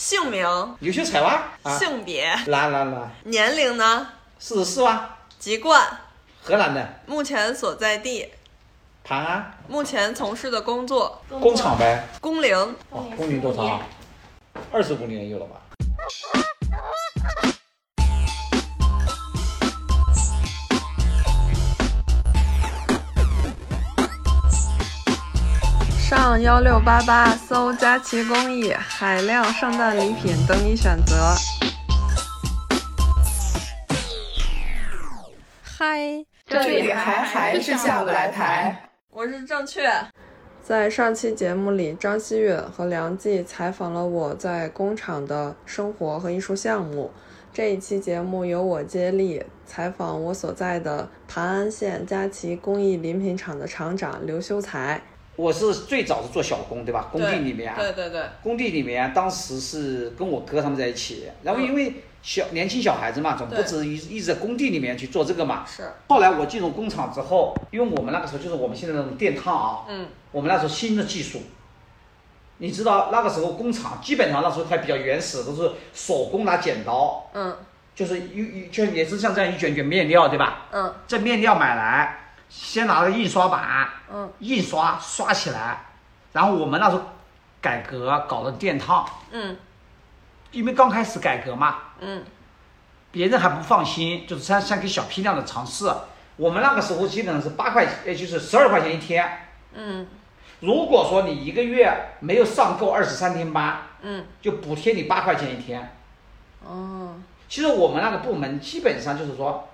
姓名、有些彩娃啊，性别、啦啦啦，年龄呢？四十四万，籍贯、荷兰的，目前所在地、长安目前从事的工作、工厂呗，工龄、哦，工龄多长？二十五年有了吧？上幺六八八搜佳琦公益，海量圣诞礼品等你选择。嗨，这里还还是下不来台。我是正确。在上期节目里，张馨予和梁记采访了我在工厂的生活和艺术项目。这一期节目由我接力采访我所在的盘安县佳琦工艺礼品厂的厂长刘修才。我是最早是做小工，对吧？工地里面啊，对对对，工地里面啊当时是跟我哥他们在一起，然后因为小年轻小孩子嘛，总不对止一一直在工地里面去做这个嘛。是，后来我进入工厂之后，因为我们那个时候就是我们现在那种电烫啊，嗯，我们那时候新的技术，你知道那个时候工厂基本上那时候还比较原始，都是手工拿剪刀，嗯就是一一就也是像这样一卷卷面料，对吧？嗯这面料买来，先拿个印刷板，嗯印刷刷起来，然后我们那时候改革搞的电烫，嗯因为刚开始改革嘛，嗯，别人还不放心，就是像像给小批量的尝试。我们那个时候基本上是八块，也就是十二块钱一天。嗯如果说你一个月没有上够二十三天班，嗯，就补贴你八块钱一天。哦，其实我们那个部门基本上就是说，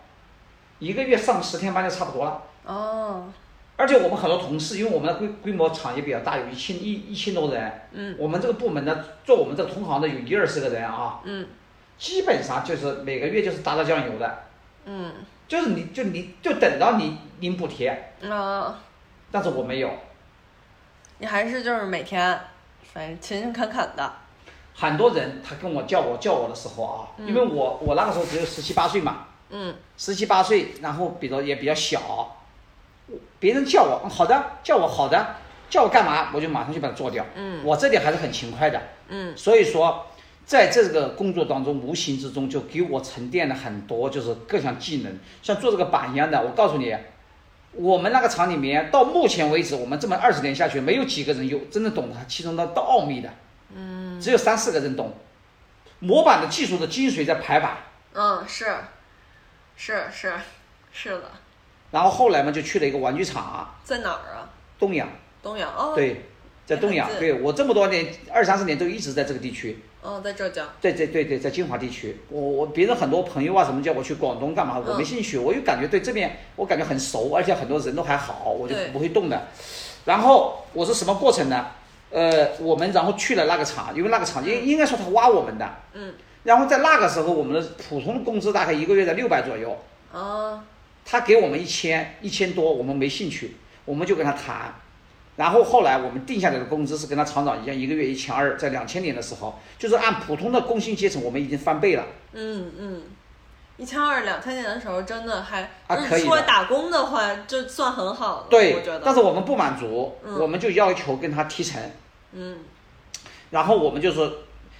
一个月上十天班就差不多了。哦，而且我们很多同事，因为我们的规规模厂也比较大，有一千一一千多人，嗯，我们这个部门的做我们这个同行的有一二十个人啊，嗯基本上就是每个月就是打打酱油的，嗯就是你就你就等到你领补贴，啊，但是我没有，你还是就是每天，反正勤勤恳恳的，很多人他跟我叫我叫我的时候啊，因为我我那个时候只有十七八岁嘛，嗯十七八岁，然后比较也比较小，别人叫我嗯好的叫我好的叫我干嘛，我就马上就把它做掉，嗯我这点还是很勤快的。嗯所以说，在这个工作当中，无形之中就给我沉淀了很多，就是各项技能，像做这个板一样的。我告诉你，我们那个厂里面到目前为止，我们这么二十年下去，没有几个人有真的懂它其中的的奥秘的，嗯只有三四个人懂。模板的技术的精髓在排版，嗯，是，是是是的，然后后来嘛就去了一个玩具厂，在哪儿啊？东阳，东阳哦，，对，在东阳很，近对我这么多年二三十年都一直在这个地区。哦，在浙江，对对对对，在金华地区，我我别人很多朋友啊什么叫我去广东干嘛，我没嗯兴趣，我又感觉对这边我感觉很熟，而且很多人都还好，我就对不会动的。然后我是什么过程呢？呃，我们然后去了那个厂，因为那个厂应应该说他挖我们的，嗯，然后在那个时候我们的普通工资大概一个月在六百左右，啊，他给我们一千一千多，我们没兴趣，我们就跟他谈。然后后来我们定下来的工资是跟他厂长一样，一个月一千二，在两千年的时候，就是按普通的工薪阶层，我们已经翻倍了。嗯嗯。一千二两千年的时候，真的还啊就是可以说的打工的话，就算很好了。对我觉，但是得，我们不满足，嗯我们就要求跟他提成，嗯然后我们就说，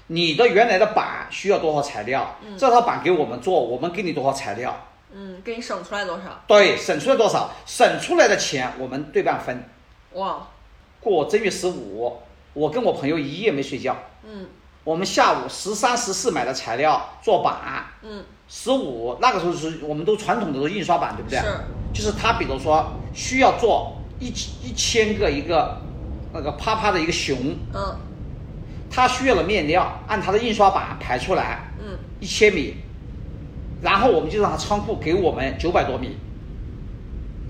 你的原来的板需要多少材料，这套板给我们做，我们给你多少材料，嗯，给你省出来多少？对，省出来多少，省出来的钱我们对半分。哇，过正月十五，我跟我朋友一夜没睡觉，嗯我们下午十三、十四买的材料做板，嗯，十五那个时候是我们都传统的都印刷板，对不对？是，就是他比如说需要做一一千个一个那个啪啪的一个熊，嗯他需要的面料按他的印刷板排出来嗯一千米，然后我们就让他仓库给我们九百多米，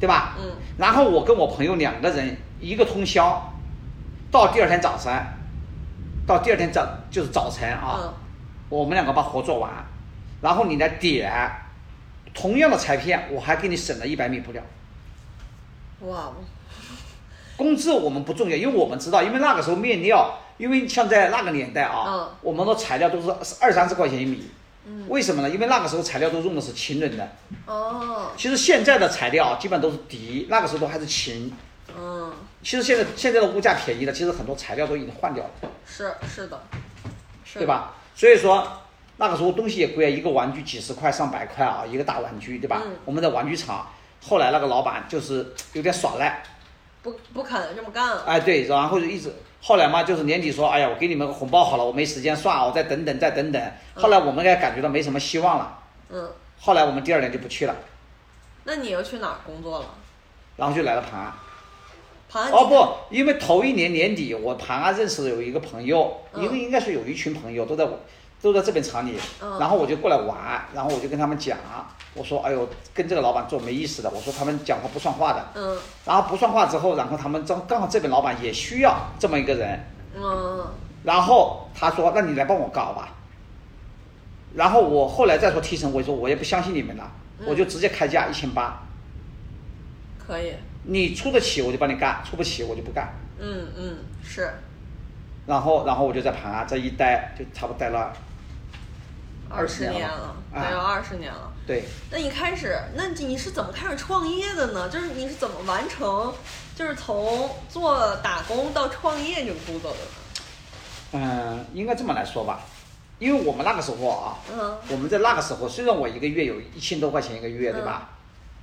对吧？嗯然后我跟我朋友两个人一个通宵，到第二天早晨，到第二天早就是早晨啊，嗯我们两个把活做完，然后你来点，同样的裁片，我还给你省了一百米布料。哇，嗯工资我们不重要，因为我们知道，因为那个时候面料，因为像在那个年代啊，嗯我们的材料都是二三十块钱一米。为什么呢？因为那个时候材料都用的是秦人的，嗯哦，其实现在的材料啊基本都是涤，那个时候都还是秦。嗯，其实现在现在的物价便宜了，其实很多材料都已经换掉了。是是的，是对吧？所以说那个时候东西也贵啊，一个玩具几十块、上百块啊，一个大玩具，对吧？嗯我们的玩具厂后来那个老板就是有点耍赖，不不肯这么干了。哎，对，然后就一直后来嘛，就是年底说，哎呀，我给你们个红包好了，我没时间算，我再等等，再等等。后来我们也感觉到没什么希望了，嗯，后来我们第二年就不去了，那你又去哪儿工作了？然后就来了盘安。盘安哦不，因为头一年年底我盘安认识了有一个朋友，嗯一个应该是有一群朋友都在我都在这边厂里，嗯然后我就过来玩，然后我就跟他们讲，我说哎呦跟这个老板做没意思的，我说他们讲话不算话的，嗯然后不算话之后，然后他们刚刚好这边老板也需要这么一个人，嗯然后他说那你来帮我搞吧，然后我后来再说提成，我说我也不相信你们了，嗯我就直接开价一千八，可以，你出得起我就帮你干，出不起我就不干。嗯嗯是，然后然后我就在盘安这一待就差不多待了，二十20年年了了，得有啊二十年了。对，那你开始，那你是怎么开始创业的呢？就是你是怎么完成，就是从做打工到创业这个步骤的呢？嗯，应该这么来说吧，因为我们那个时候啊，嗯我们在那个时候虽然我一个月有一千多块钱一个月，对吧？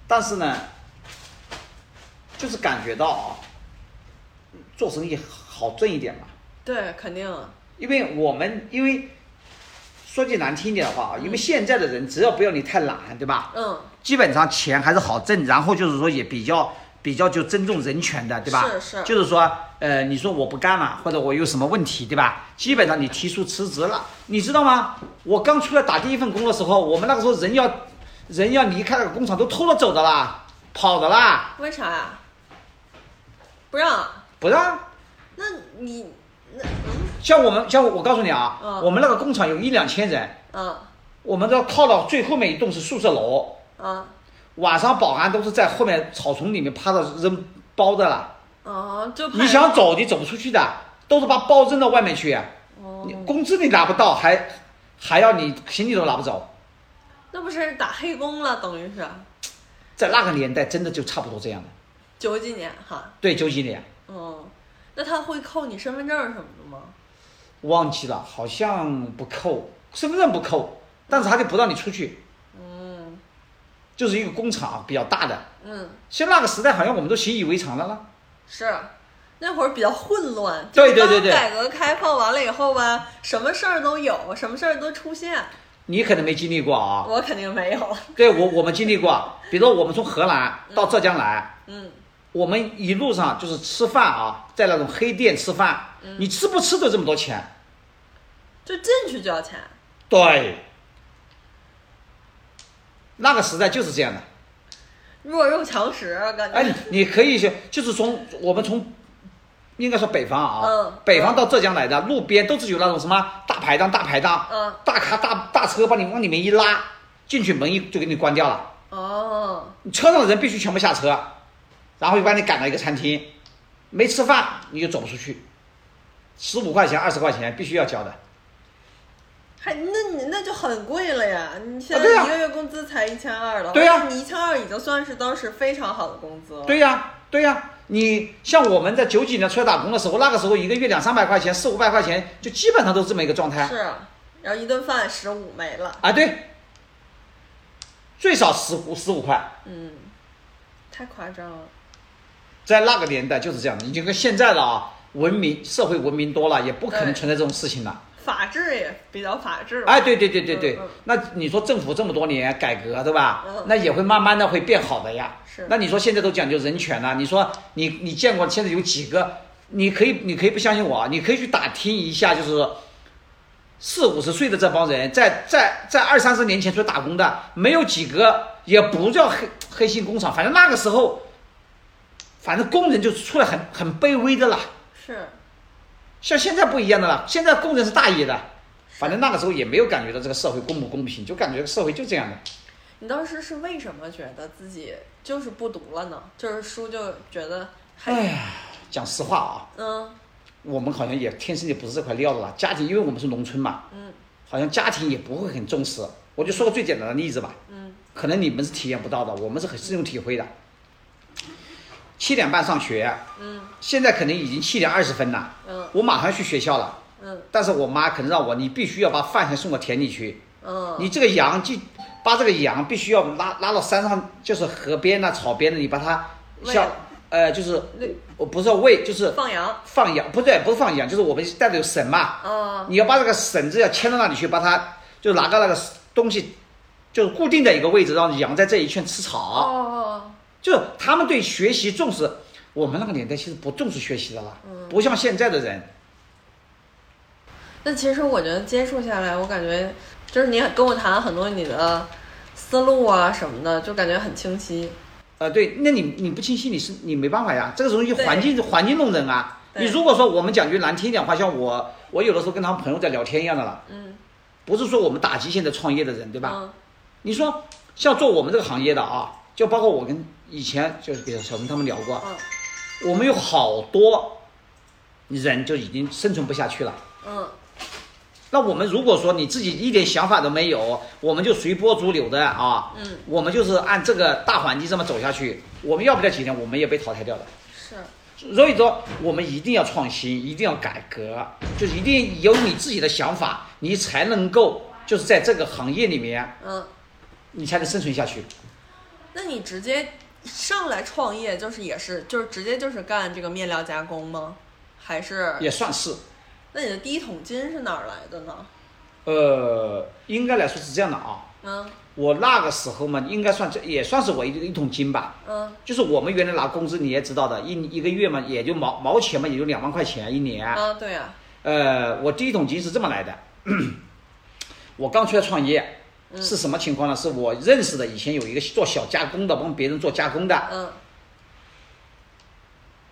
但是呢，就是感觉到啊，做生意好挣一点嘛，对，肯定啊，因为我们因为说句难听点的话啊，因为现在的人只要不要你太懒，对吧？嗯，基本上钱还是好挣，然后就是说也比较比较就尊重人权的，对吧？是是就是说，呃，你说我不干了，或者我有什么问题，对吧？基本上你提出辞职了，你知道吗？我刚出来打第一份工的时候，我们那个时候人要人要离开那个工厂都偷着走的啦，跑的啦，为啥呀？不让？不让。那你那嗯像我们像我告诉你啊，嗯我们那个工厂有一两千人，啊我们都要靠到最后面一栋是宿舍楼，啊晚上保安都是在后面草丛里面趴着扔包的啦。啊！就怕你想走，你走不出去的，都是把包扔到外面去，啊哦你，工资你拿不到，还还要你行李都拿不走。那不是打黑工了，等于是在那个年代，真的就差不多这样的。九几年哈，对，九几年嗯，那他会扣你身份证什么的吗？忘记了，好像不扣身份证不扣，但是他就不让你出去，嗯就是一个工厂比较大的。嗯，像那个时代，好像我们都习以为常了啦。是。啊那会儿比较混乱，对就是对对刚对改革开放完了以后吧，什么事儿都有，什么事儿都出现。你可能没经历过啊，我肯定没有。对我我们经历过，比如说我们从荷兰到浙江来，嗯，我们一路上就是吃饭啊，在那种黑店吃饭，你吃不吃都这么多钱。就进去就要钱。对，那个时代就是这样的。弱肉强食，感觉。哎，你你可以去，就是从我们从，应该说北方啊，嗯北方到浙江来的，路边都是有那种什么大排档、大排档，嗯大卡大大车把你往里面一拉，进去门一就给你关掉了，哦，你车上的人必须全部下车，然后就把你赶到一个餐厅，没吃饭你就走不出去，十五块钱、二十块钱必须要交的。还那你那就很贵了呀！你现啊对在呀一个月工资才一千二了，对呀而且你一千二已经算是当时非常好的工资了。对呀、对呀、你像我们在九几年出来打工的时候，那个时候一个月两三百块钱、四五百块钱，就基本上都是这么一个状态是，啊然后一顿饭十五没了，啊。对，最少十五十五块，嗯，太夸张了。在那个年代就是这样的，已经跟现在了啊，文明社会文明多了，也不可对能存在这种事情了。法制也比较法制，哎，，对对对对对嗯嗯，那你说政府这么多年改革，对吧嗯？那也会慢慢的会变好的呀。是那你说现在都讲究人权啊了，你说你你见过现在有几个？你可以你可以不相信我啊，你可以去打听一下，就是四五十岁的这帮人，在在在二三十年前出来打工的，没有几个，也不叫黑黑心工厂，反正那个时候，反正工人就出来很很卑微的了。是像现在不一样的了，现在工人是大爷的，反正那个时候也没有感觉到这个社会公不公平，就感觉社会就这样的。你当时是为什么觉得自己就是不读了呢？就是书就觉得还，哎呀，讲实话啊，嗯我们好像也天生就不是这块料的了。家庭，因为我们是农村嘛，嗯好像家庭也不会很重视。我就说个最简单的例子吧，嗯可能你们是体验不到的，我们是很深有体会的。七点半上学，嗯现在可能已经七点二十分了，嗯我马上去学校了。嗯但是我妈可能让我，你必须要把饭先送到田里去，嗯你这个羊就把这个羊必须要拉拉到山上，就是河边呐、草边的，你把它喂像呃，就是喂我不是要喂，就是放羊放羊，不对，不是放羊，就是我们带的有绳嘛，啊你要把这个绳子要牵到那里去，把它就拿到那个东西，就是固定的一个位置，让羊在这一圈吃哦草。哦就是他们对学习重视，我们那个年代其实不重视学习的啦，嗯不像现在的人。那其实我觉得接触下来，我感觉就是你跟我谈很多你的思路啊什么的，就感觉很清晰。呃，对，那你你不清晰，你是你没办法呀，这个东西对环境环境弄人啊。对你如果说我们讲句难听一点话，像我，我有的时候跟他们朋友在聊天一样的啦，嗯，不是说我们打击现在创业的人，对吧？嗯你说像做我们这个行业的啊，就包括我跟以前就是比如小明他们聊过，嗯我们有好多人就已经生存不下去了。嗯那我们如果说你自己一点想法都没有，我们就随波逐流的啊，嗯，我们就是按这个大环境这么走下去，我们要不了几年我们也被淘汰掉的。是，所以说，我们一定要创新，一定要改革，就是一定有你自己的想法，你才能够就是在这个行业里面，嗯，你才能生存下去。那你直接上来创业，就是也是就是直接就是干这个面料加工吗？还是也算是，那你的第一桶金是哪儿来的呢？呃，应该来说是这样的啊。嗯我那个时候嘛，应该算也算是我一一桶金吧。嗯就是我们原来拿工资，你也知道的，一一个月嘛，也就毛毛钱嘛，也就两万块钱一年。啊，对呀、呃，我第一桶金是这么来的， 我刚出来创业，是什么情况呢？是我认识的，以前有一个做小加工的，帮别人做加工的，嗯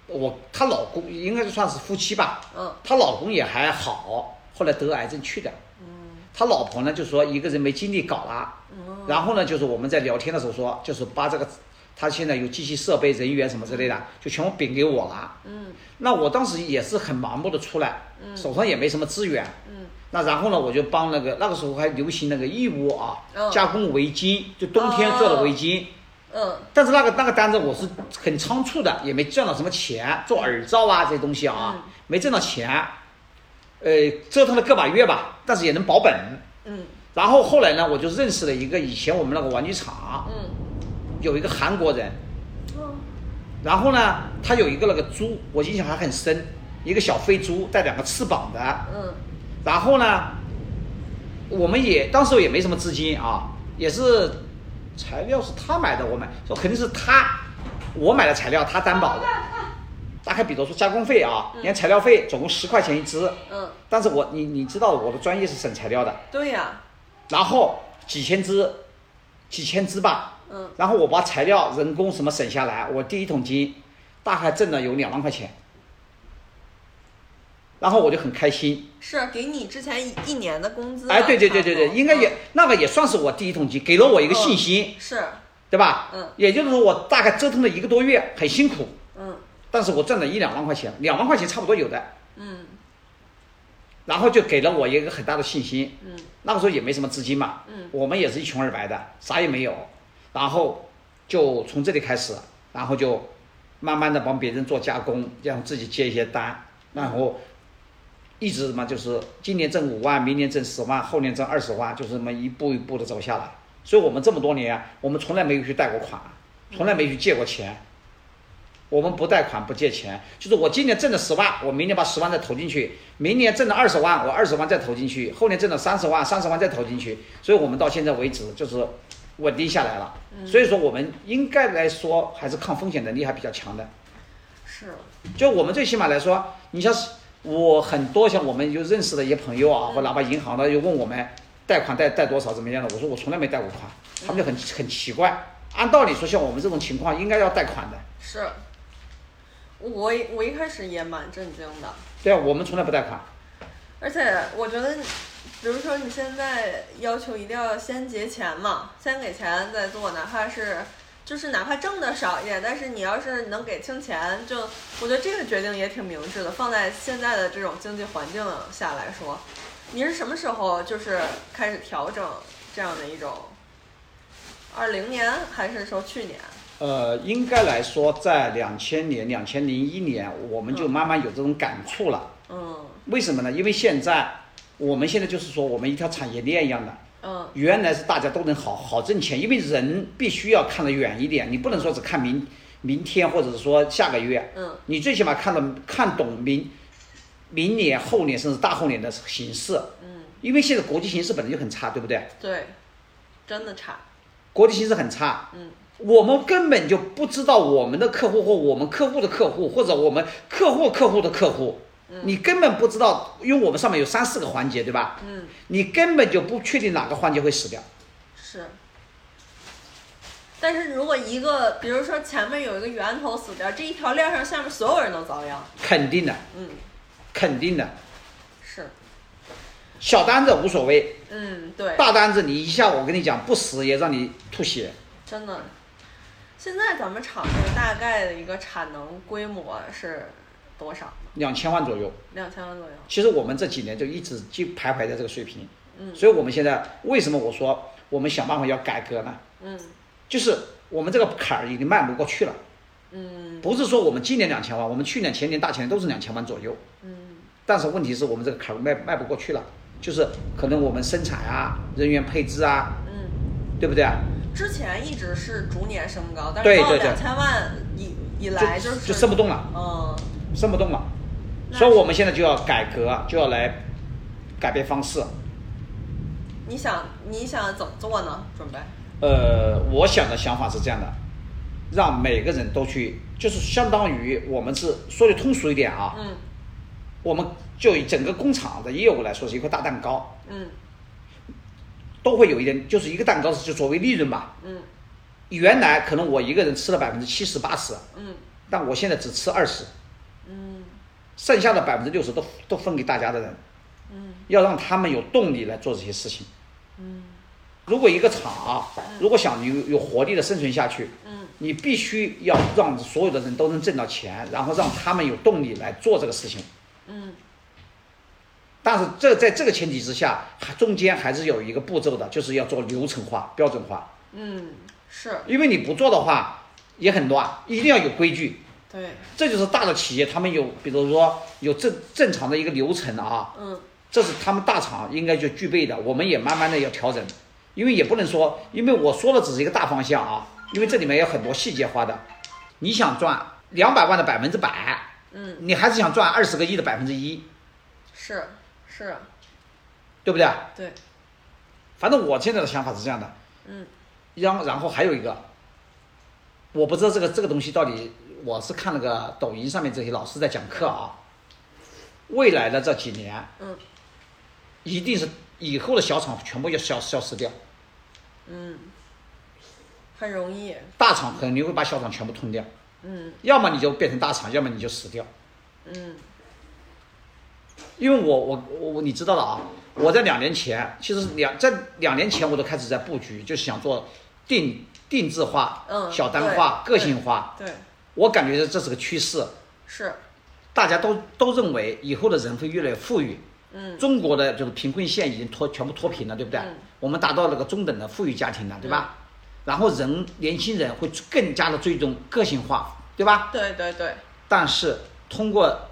我她老公应该算是夫妻吧，嗯她老公也还好，后来得癌症去的。嗯他老婆呢就说一个人没精力搞啦，嗯然后呢就是我们在聊天的时候说，就是把这个他现在有机器设备、人员什么之类的，就全部禀给我了。嗯那我当时也是很盲目的出来，手上也没什么资源。嗯那然后呢，我就帮那个那个时候还流行那个义乌啊嗯，哦加工围巾，就冬天做的围巾。嗯但是那个那个单子我是很仓促的，也没赚到什么钱，做耳罩啊这些东西啊，没挣到钱，呃，折腾了个把月吧，但是也能保本。嗯然后后来呢，我就认识了一个以前我们那个玩具厂嗯有一个韩国人，嗯然后呢，他有一个那个猪，我印象还很深，一个小飞猪带两个翅膀的，嗯然后呢，我们也当时也没什么资金啊，也是材料是他买的，我买，说肯定是他，我买的材料他担保的。大概比如说加工费啊，连材料费总共十块钱一支，嗯，但是我你你知道我的专业是省材料的，对呀、然后几千只，几千只吧，嗯，然后我把材料、人工什么省下来，我第一桶金大概挣了有两万块钱，然后我就很开心，是给你之前一一年的工资吧。哎，对对对对差对，不多应该也那个也算是我第一桶金，给了我一个信嗯心，是，对吧？嗯也就是说我大概折腾了一个多月，很辛苦，嗯但是我挣了一两万块钱，两万块钱差不多有的，嗯然后就给了我一个很大的信心。嗯那个时候也没什么资金嘛，嗯我们也是一穷二白的，啥也没有，然后就从这里开始，然后就慢慢的帮别人做加工，让自己接一些单，然后一直嘛就是今年挣五万，明年挣十万，后年挣二十万，就是这么一步一步的走下来。所以我们这么多年，啊我们从来没有去贷过款，从来没去借过钱。我们不贷款不借钱，就是我今年挣了十万，我明年把十万再投进去，明年挣了二十万，我二十万再投进去，后年挣了三十万，三十万再投进去，所以我们到现在为止就是稳定下来了。所以说我们应该来说还是抗风险能力还比较强的。是，就我们最起码来说，你像是我很多像我们就认识的一些朋友啊，或哪怕银行的就问我们贷款贷贷多少怎么样的，我说我从来没贷过款，他们就很很奇怪。按道理说，像我们这种情况应该要贷款的，是，我一我一开始也蛮震惊的，对啊，我们从来不贷款。而且我觉得你，比如说你现在要求一定要先结钱嘛，先给钱再做，哪怕是就是哪怕挣的少一点，但是你要是能给清钱，就我觉得这个决定也挺明智的。放在现在的这种经济环境下来说，你是什么时候就是开始调整这样的一种？二零年还是说去年？呃，应该来说，在两千年、两千零一年，我们就慢慢有这种感触了。嗯为什么呢？因为现在我们现在就是说，我们一条产业链一样的，嗯原来是大家都能好好挣钱，因为人必须要看得远一点，你不能说只看明明天或者是说下个月，嗯你最起码看到看懂明明年、后年甚至大后年的形势，嗯，因为现在国际形势本来就很差，对不对？对，真的差，国际形势很差，嗯我们根本就不知道我们的客户或我们客户的客户或者我们客户客户的客户，你根本不知道，因为我们上面有三四个环节，对吧？嗯你根本就不确定哪个环节会死掉。是。但是如果一个，比如说前面有一个源头死掉，这一条链上下面所有人都遭殃，肯定的，嗯肯定的。是，小单子无所谓，嗯对，大单子你一下，我跟你讲，不死也让你吐血。真的，现在咱们厂内大概的一个产能规模是多少？两千万左右，两千万左右。其实我们这几年就一直就徘徊在这个水平，嗯所以我们现在为什么我说我们想办法要改革呢？嗯就是我们这个坎儿已经迈不过去了，嗯不是说我们今年两千万，我们去年、前年、大前年都是两千万左右，嗯但是问题是我们这个坎儿迈迈不过去了，就是可能我们生产啊、人员配置啊，嗯，对不对？啊之前一直是逐年升高，但对是到对对两千万以以来就是就升不动了，嗯升不动了，那所以我们现在就要改革，就要来改变方式。你想你想怎么做呢？准备？呃，我想的想法是这样的，让每个人都去，就是相当于我们是说句通俗一点啊，嗯我们就以整个工厂的业务来说是一块大蛋糕，嗯都会有一点，就是一个蛋糕就所谓利润吧。嗯原来可能我一个人吃了百分之七十八十，嗯但我现在只吃二十，嗯剩下的百分之六十都都分给大家的人，嗯要让他们有动力来做这些事情。嗯如果一个厂啊，如果想有有活力的生存下去，嗯你必须要让所有的人都能挣到钱，然后让他们有动力来做这个事情。嗯但是这在这个前提之下，还中间还是有一个步骤的，就是要做流程化、标准化。嗯，是因为你不做的话，也很乱，一定要有规矩。对，这就是大的企业，他们有，比如说有正正常的一个流程啊，嗯这是他们大厂应该就具备的。我们也慢慢的要调整，因为也不能说，因为我说的只是一个大方向啊，因为这里面有很多细节化的。你想赚两百万的百分之百，嗯你还是想赚二十个亿的百分之一，是是，对不对？对，反正我现在的想法是这样的，嗯然然后还有一个，我不知道这个这个东西到底，我是看那个抖音上面这些老师在讲课啊，未来的这几年嗯一定是以后的小厂全部要消消失掉，嗯，很容易，大厂肯定会把小厂全部吞掉，嗯要么你就变成大厂，要么你就死掉。嗯因为我我我我你知道了啊，我在两年前，其实两在两年前我都开始在布局，就是想做定定制化、嗯小单化、对个性化。对我感觉这是个趋势，是，大家都都认为以后的人会越来越富裕。嗯中国的就是贫困线已经脱全部脱贫了，对不对？嗯我们达到了个中等的富裕家庭了，对吧？然后人年轻人会更加的追踪个性化，对吧？对对对，但是通过，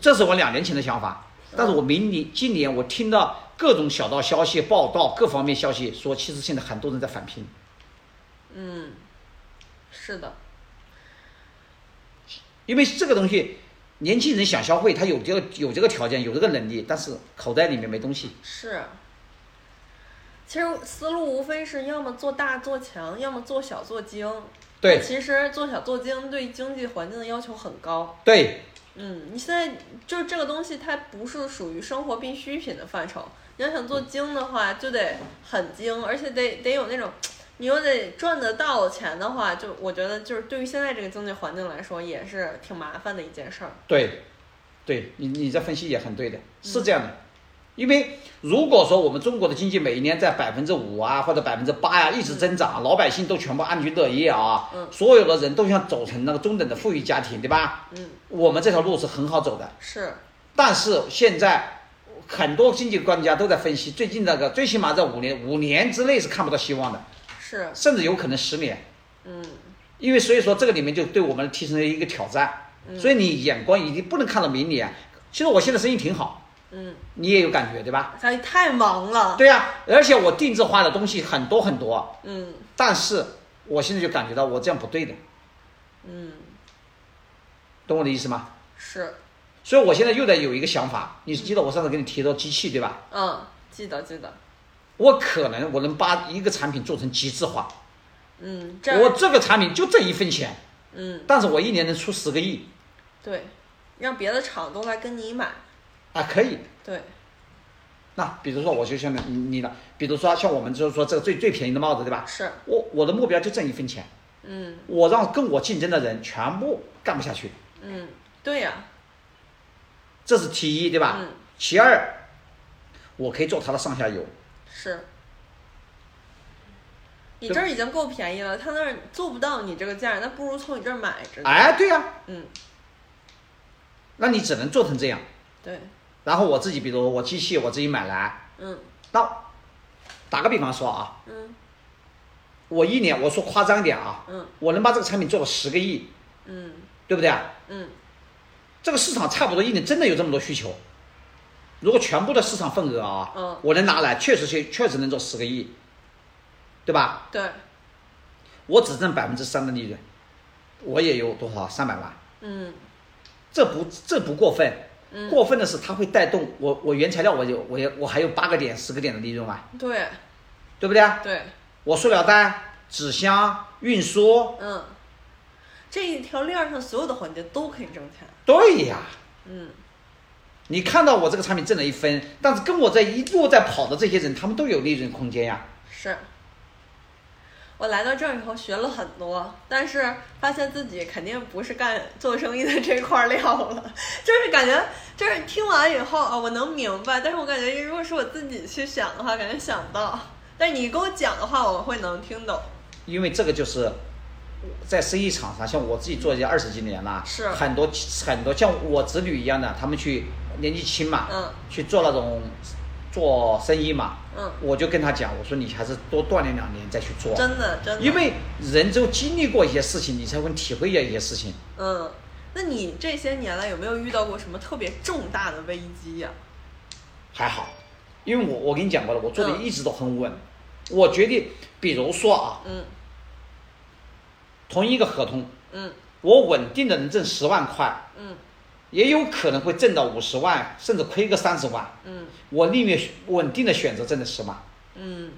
这是我两年前的想法，但是我明年今年我听到各种小道消息、报道各方面消息说，其实现在很多人在返贫，嗯，是的，因为这个东西，年轻人想消费，他有这个有这个条件，有这个能力，但是口袋里面没东西。是。其实思路无非是要么做大做强，要么做小做精。对其实做小做精对经济环境的要求很高。对嗯，你现在就是这个东西，它不是属于生活必需品的范畴。你要想做精的话，就得很精，而且得得有那种，你又得赚得到钱的话，就我觉得就是对于现在这个经济环境来说，也是挺麻烦的一件事儿。对，对你你这分析也很对的，嗯是这样的。因为如果说我们中国的经济每一年在百分之五啊或者百分之八呀一直增长，老百姓都全部安居乐业啊，嗯所有的人都想走成那个中等的富裕家庭，对吧？嗯，我们这条路是很好走的。是，但是现在很多经济专家都在分析，最近那个最起码在五年五年之内是看不到希望的，是，甚至有可能十年。嗯因嗯为所以说这个里面就对我们提升了一个挑战，所以你眼光一定不能看到明年，其实我现在生意挺好，嗯，你也有感觉对吧？咱太忙了，对呀、啊而且我定制化的东西很多很多，嗯但是我现在就感觉到我这样不对的，嗯，懂我的意思吗？是，所以我现在又在有一个想法，你记得我上次跟你提到机器对吧？嗯，记得记得，我可能我能把一个产品做成极致化，嗯，这我样，这个产品就挣一分钱，嗯，但是我一年能出十个亿对，让别的厂都来跟你买，啊，可以。对，那比如说，我就像你你呢，比如说像我们就是说这个最最便宜的帽子对吧？是，我我的目标就挣一分钱，嗯我让跟我竞争的人全部干不下去，嗯，对呀，这是其一对吧？嗯其二，我可以做它的上下游，是。你对这儿已经够便宜了，他那儿做不到你这个价儿，那不如从你这儿买着呢。哎，对呀、嗯，那你只能做成这样。对，然后我自己，比如我机器我自己买来，嗯那打个比方说啊，嗯我一年我说夸张点啊，嗯我能把这个产品做到十个亿，嗯对不对啊？嗯，这个市场差不多一年真的有这么多需求，如果全部的市场份额啊，嗯我能拿来，确实是确实能做十个亿，对吧？对，我只挣百分之三的利润，我也有多少三百万，嗯这不这不过分。嗯，过分的是，它会带动我，我原材料我有，我有，我还有八个点、十个点的利润啊，对对不对啊？对，我塑料袋、纸箱、运输，嗯，这一条链儿上所有的环节都可以挣钱。对呀，嗯你看到我这个产品挣了一分，但是跟我在一路在跑的这些人，他们都有利润空间呀。，是。我来到这儿以后学了很多，但是发现自己肯定不是干做生意的这块料了，就是感觉就是听完以后啊，我能明白，但是我感觉如果是我自己去想的话，感觉想不到，但你给我讲的话，我会能听懂。因为这个就是在生意场上，像我自己做已经二十几年了，是很多很多像我子女一样的，他们去年纪轻嘛，嗯去做那种做生意嘛，嗯，我就跟他讲，我说你还是多锻炼两年再去做，真的真的。因为人只有经历过一些事情，你才会体会一些事情。嗯，那你这些年来有没有遇到过什么特别重大的危机呀、还好，因为我我跟你讲过了，我做的嗯一直都很稳。我决定，比如说啊，嗯同一个合同，嗯我稳定的能挣十万块，嗯也有可能会挣到五十万，甚至亏个三十万。嗯我宁愿选稳定的选择挣的十万。嗯，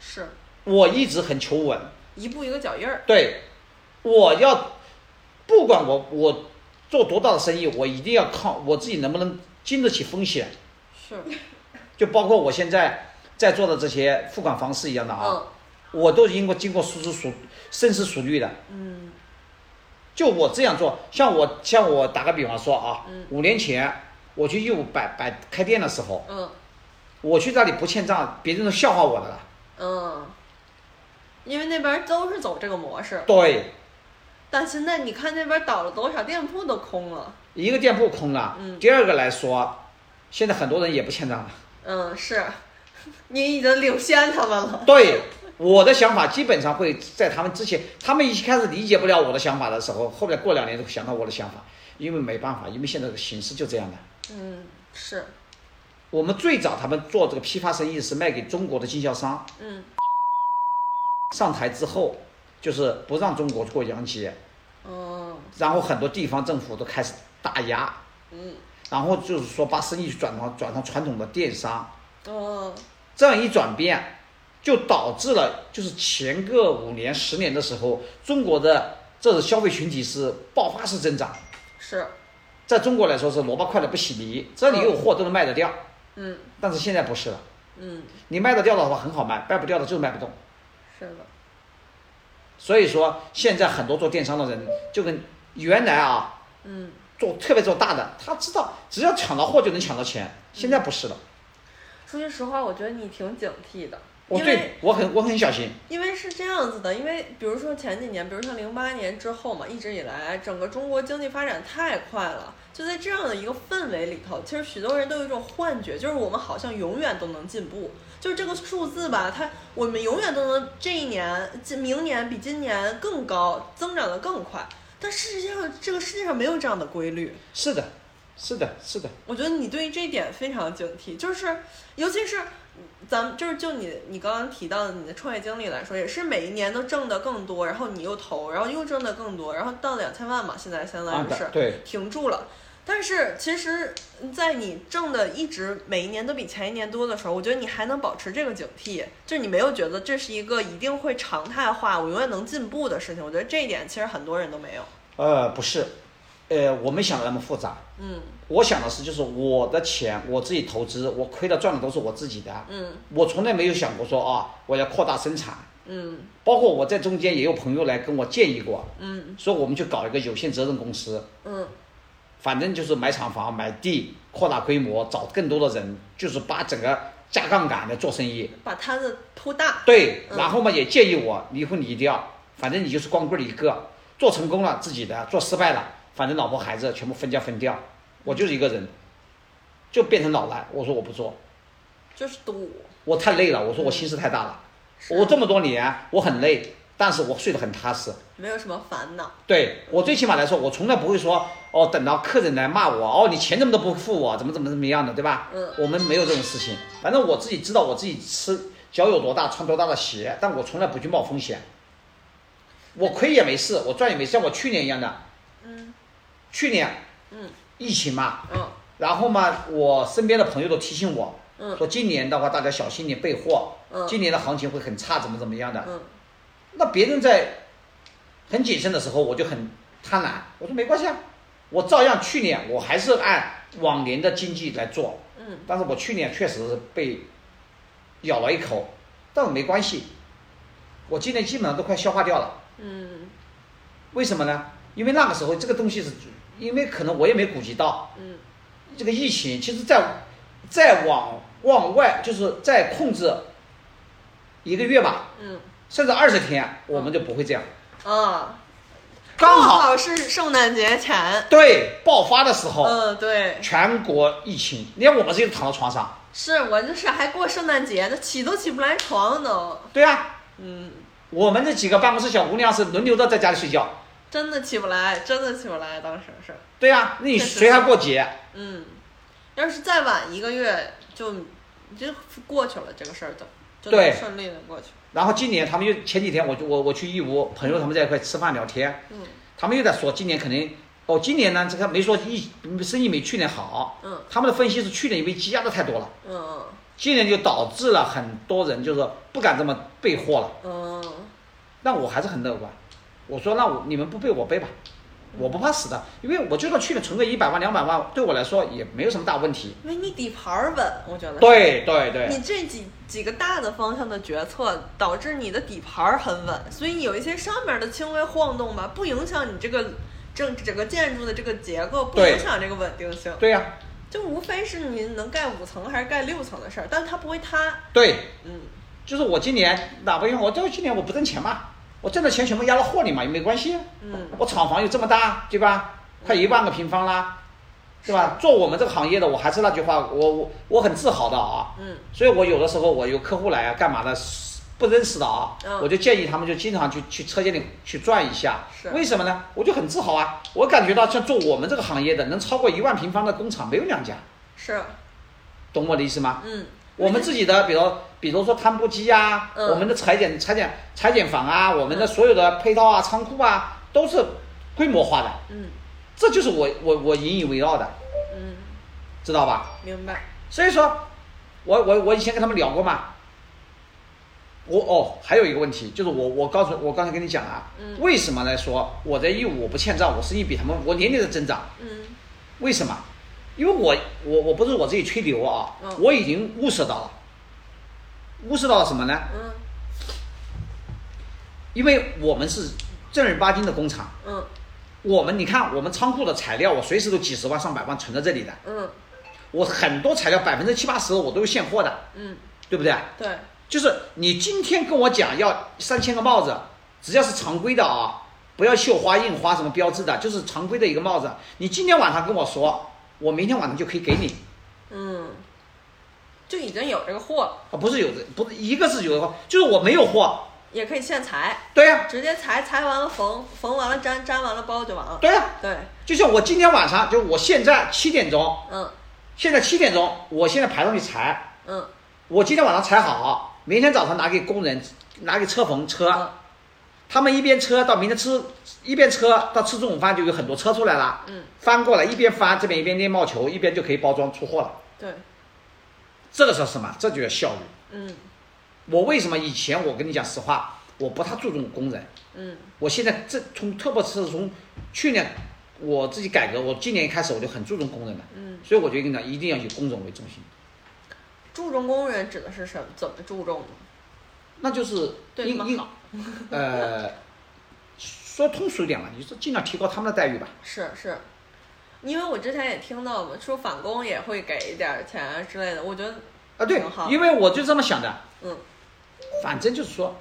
是我一直很求稳，一步一个脚印儿。对，我要不管我我做多大的生意，我一定要靠我自己能不能经得起风险。是，就包括我现在在做的这些付款方式一样的啊，嗯我都经过经过深思熟深思熟虑的。嗯就我这样做，像我像我打个比方说啊，嗯五年前我去义乌摆摆开店的时候，嗯我去那里不欠账，别人都笑话我的了。嗯，因为那边都是走这个模式，对，但现在你看那边倒了多少店铺都空了。一个店铺空了。嗯第二个来说，现在很多人也不欠账了。嗯，是，你已经领先他们了。对，我的想法基本上会在他们之前，他们一开始理解不了我的想法的时候，后面过两年就想到我的想法，因为没办法，因为现在的形势就这样的。嗯，是，我们最早他们做这个批发生意是卖给中国的经销商，嗯上台之后就是不让中国过洋节，嗯然后很多地方政府都开始打压，嗯然后就是说把生意转到转到传统的电商，嗯这样一转变，就导致了就是前个五年十年的时候，中国的这种消费群体是爆发式增长，是，在中国来说是萝卜快了不洗泥，这里有货都能卖得掉，嗯但是现在不是了，嗯你卖得掉的话很好卖，卖不掉的就是卖不动。是的，所以说，现在很多做电商的人就跟原来啊嗯。做特别做大的，他知道只要抢到货就能抢到钱，嗯现在不是了。说句实话，我觉得你挺警惕的，我因为对我很我很小心，因为是这样子的，因为比如说前几年，比如像零八年之后嘛，一直以来整个中国经济发展太快了，就在这样的一个氛围里头，其实许多人都有一种幻觉，就是我们好像永远都能进步，就是这个数字吧，它我们永远都能这一年、今明年比今年更高，增长的更快。但事实上，这个世界上没有这样的规律，是的，是的，是的，我觉得你对于这一点非常警惕，就是尤其是咱们就是就你你刚刚提到的你的创业经历来说，也是每一年都挣的更多，然后你又投，然后又挣的更多，然后到两千万嘛，现在相当啊于是、对，停住了。但是其实，在你挣的一直每一年都比前一年多的时候，我觉得你还能保持这个警惕，就是你没有觉得这是一个一定会常态化，我永远能进步的事情。我觉得这一点其实很多人都没有。呃，不是，呃，我没想的那么复杂，嗯我想的是就是我的钱我自己投资，我亏了赚了都是我自己的，嗯我从来没有想过说啊我要扩大生产，嗯包括我在中间也有朋友来跟我建议过，嗯说我们去搞一个有限责任公司，嗯反正就是买厂房、买地、扩大规模，找更多的人，就是把整个加杠杆的做生意。把摊子铺大。对，嗯然后嘛也建议我离婚离掉，反正你就是光棍儿一个，做成功了自己的，做失败了，反正老婆孩子全部分家分掉，我就是一个人，就变成老赖。我说我不做，就是赌。我太累了，我说我心事太大了，我这么多年我很累，但是我睡得很踏实。没有什么烦恼，对我最起码来说，我从来不会说哦，等到客人来骂我哦，你钱怎么都不付我，怎么怎么怎么样的，对吧？嗯我们没有这种事情，反正我自己知道我自己吃脚有多大，穿多大的鞋，但我从来不去冒风险。我亏也没事，我赚也没事，像我去年一样的，嗯去年嗯疫情嘛，嗯然后嘛，我身边的朋友都提醒我嗯说，今年的话大家小心点备货，嗯今年的行情会很差，怎么怎么样的。嗯那别人在很谨慎的时候，我就很贪婪，我说没关系啊，我照样去年我还是按往年的经济来做，嗯但是我去年确实是被咬了一口，但我没关系，我今年基本上都快消化掉了，嗯为什么呢？因为那个时候这个东西是，因为可能我也没顾及到嗯这个疫情，其实在再往往外就是再控制一个月吧，嗯甚至二十天，我们就不会这样，啊，刚正好。好是圣诞节前，对，爆发的时候，嗯对，全国疫情，连我们自己都躺到床上。是我这是还过圣诞节呢，起都起不来床都，对啊，嗯，我们这几个办公室小姑娘是轮流的在家里睡觉。真的起不来，真的起不来，当时是，对啊，那你确实是谁还过节？嗯，要是再晚一个月就你就过去了，这个事儿就就能对顺利的过去，然后今年他们又前几天我就我我去义乌，朋友他们在一块吃饭聊天，嗯他们又在说今年肯定哦，今年呢这个没说疫生意没去年好，嗯他们的分析是去年因为积压的太多了，嗯今年就导致了很多人就是不敢这么备货了。嗯那我还是很乐观。我说，那我你们不背我背吧，我不怕死的，因为我就算去年存个一百万、两百万，对我来说也没有什么大问题。因为你底盘儿稳，我觉得对对对，你这几几个大的方向的决策，导致你的底盘儿很稳，所以有一些上面的轻微晃动吧，不影响你这个整整个建筑的这个结构，不对影响这个稳定性，对呀、就无非是你能盖五层还是盖六层的事儿，但它不会塌。对，嗯就是我今年哪怕因为我这今年我不挣钱嘛，我挣的钱全部压到货里嘛，也没关系。啊嗯我厂房又这么大，对吧？快一万个平方啦，对吧？做我们这个行业的，我还是那句话，我我我很自豪的啊。嗯所以我有的时候我有客户来啊，干嘛的，不认识的啊，嗯我就建议他们就经常去去车间里去转一下是。为什么呢？我就很自豪啊，我感觉到像做我们这个行业的，能超过一万平方的工厂没有两家，是懂我的意思吗？嗯我们自己的，比如比如说摊布机啊，嗯我们的裁剪裁剪裁剪房啊，我们的所有的配套啊、仓库啊，都是规模化的，嗯这就是我我我引以为傲的，嗯，知道吧？明白。所以说，我我我以前跟他们聊过嘛。我哦，还有一个问题就是我我告诉我刚才跟你讲啊，嗯为什么来说我在义乌我不欠账，我生意比他们我年年在增长，嗯为什么？因为我我我不是我自己吹牛啊，嗯我已经物色到了，物色到了什么呢？嗯因为我们是正儿八经的工厂，嗯我们你看我们仓库的材料，我随时都几十万上百万存在这里的，嗯我很多材料百分之七八十我都有现货的，嗯，对不对？啊对，就是你今天跟我讲要三千个帽子，只要是常规的啊，不要绣花、印花什么标志的，就是常规的一个帽子。你今天晚上跟我说，我明天晚上就可以给你嗯，就已经有这个货了。啊，不是有的，不是一个是有的货，就是我没有货，也可以现裁，对呀、直接裁，裁完了缝，缝完了粘，粘完了包就完了。对呀、对，就像我今天晚上，就我现在七点钟，嗯现在七点钟，我现在排上去裁，嗯我今天晚上裁好，明天早上拿给工人，拿给车缝车，嗯他们一边车到明天吃，一边车到吃中午饭就有很多车出来了，嗯，翻过来一边翻这边一边练帽球，一边就可以包装出货了。对，这个时候是什么？这就叫效率。嗯我为什么以前我跟你讲实话，我不太注重工人，嗯我现在这从特别是从去年我自己改革，我今年一开始我就很注重工人了，嗯，所以我就跟你讲，一定要以工人为中心，注重工人指的是什么？怎么注重呢？那就是对硬吗硬，呃，说通俗一点嘛，你是尽量提高他们的待遇吧。是是，因为我之前也听到嘛，说返工也会给一点儿钱啊之类的，我觉得啊，对挺，好因为我就这么想的，嗯反正就是说，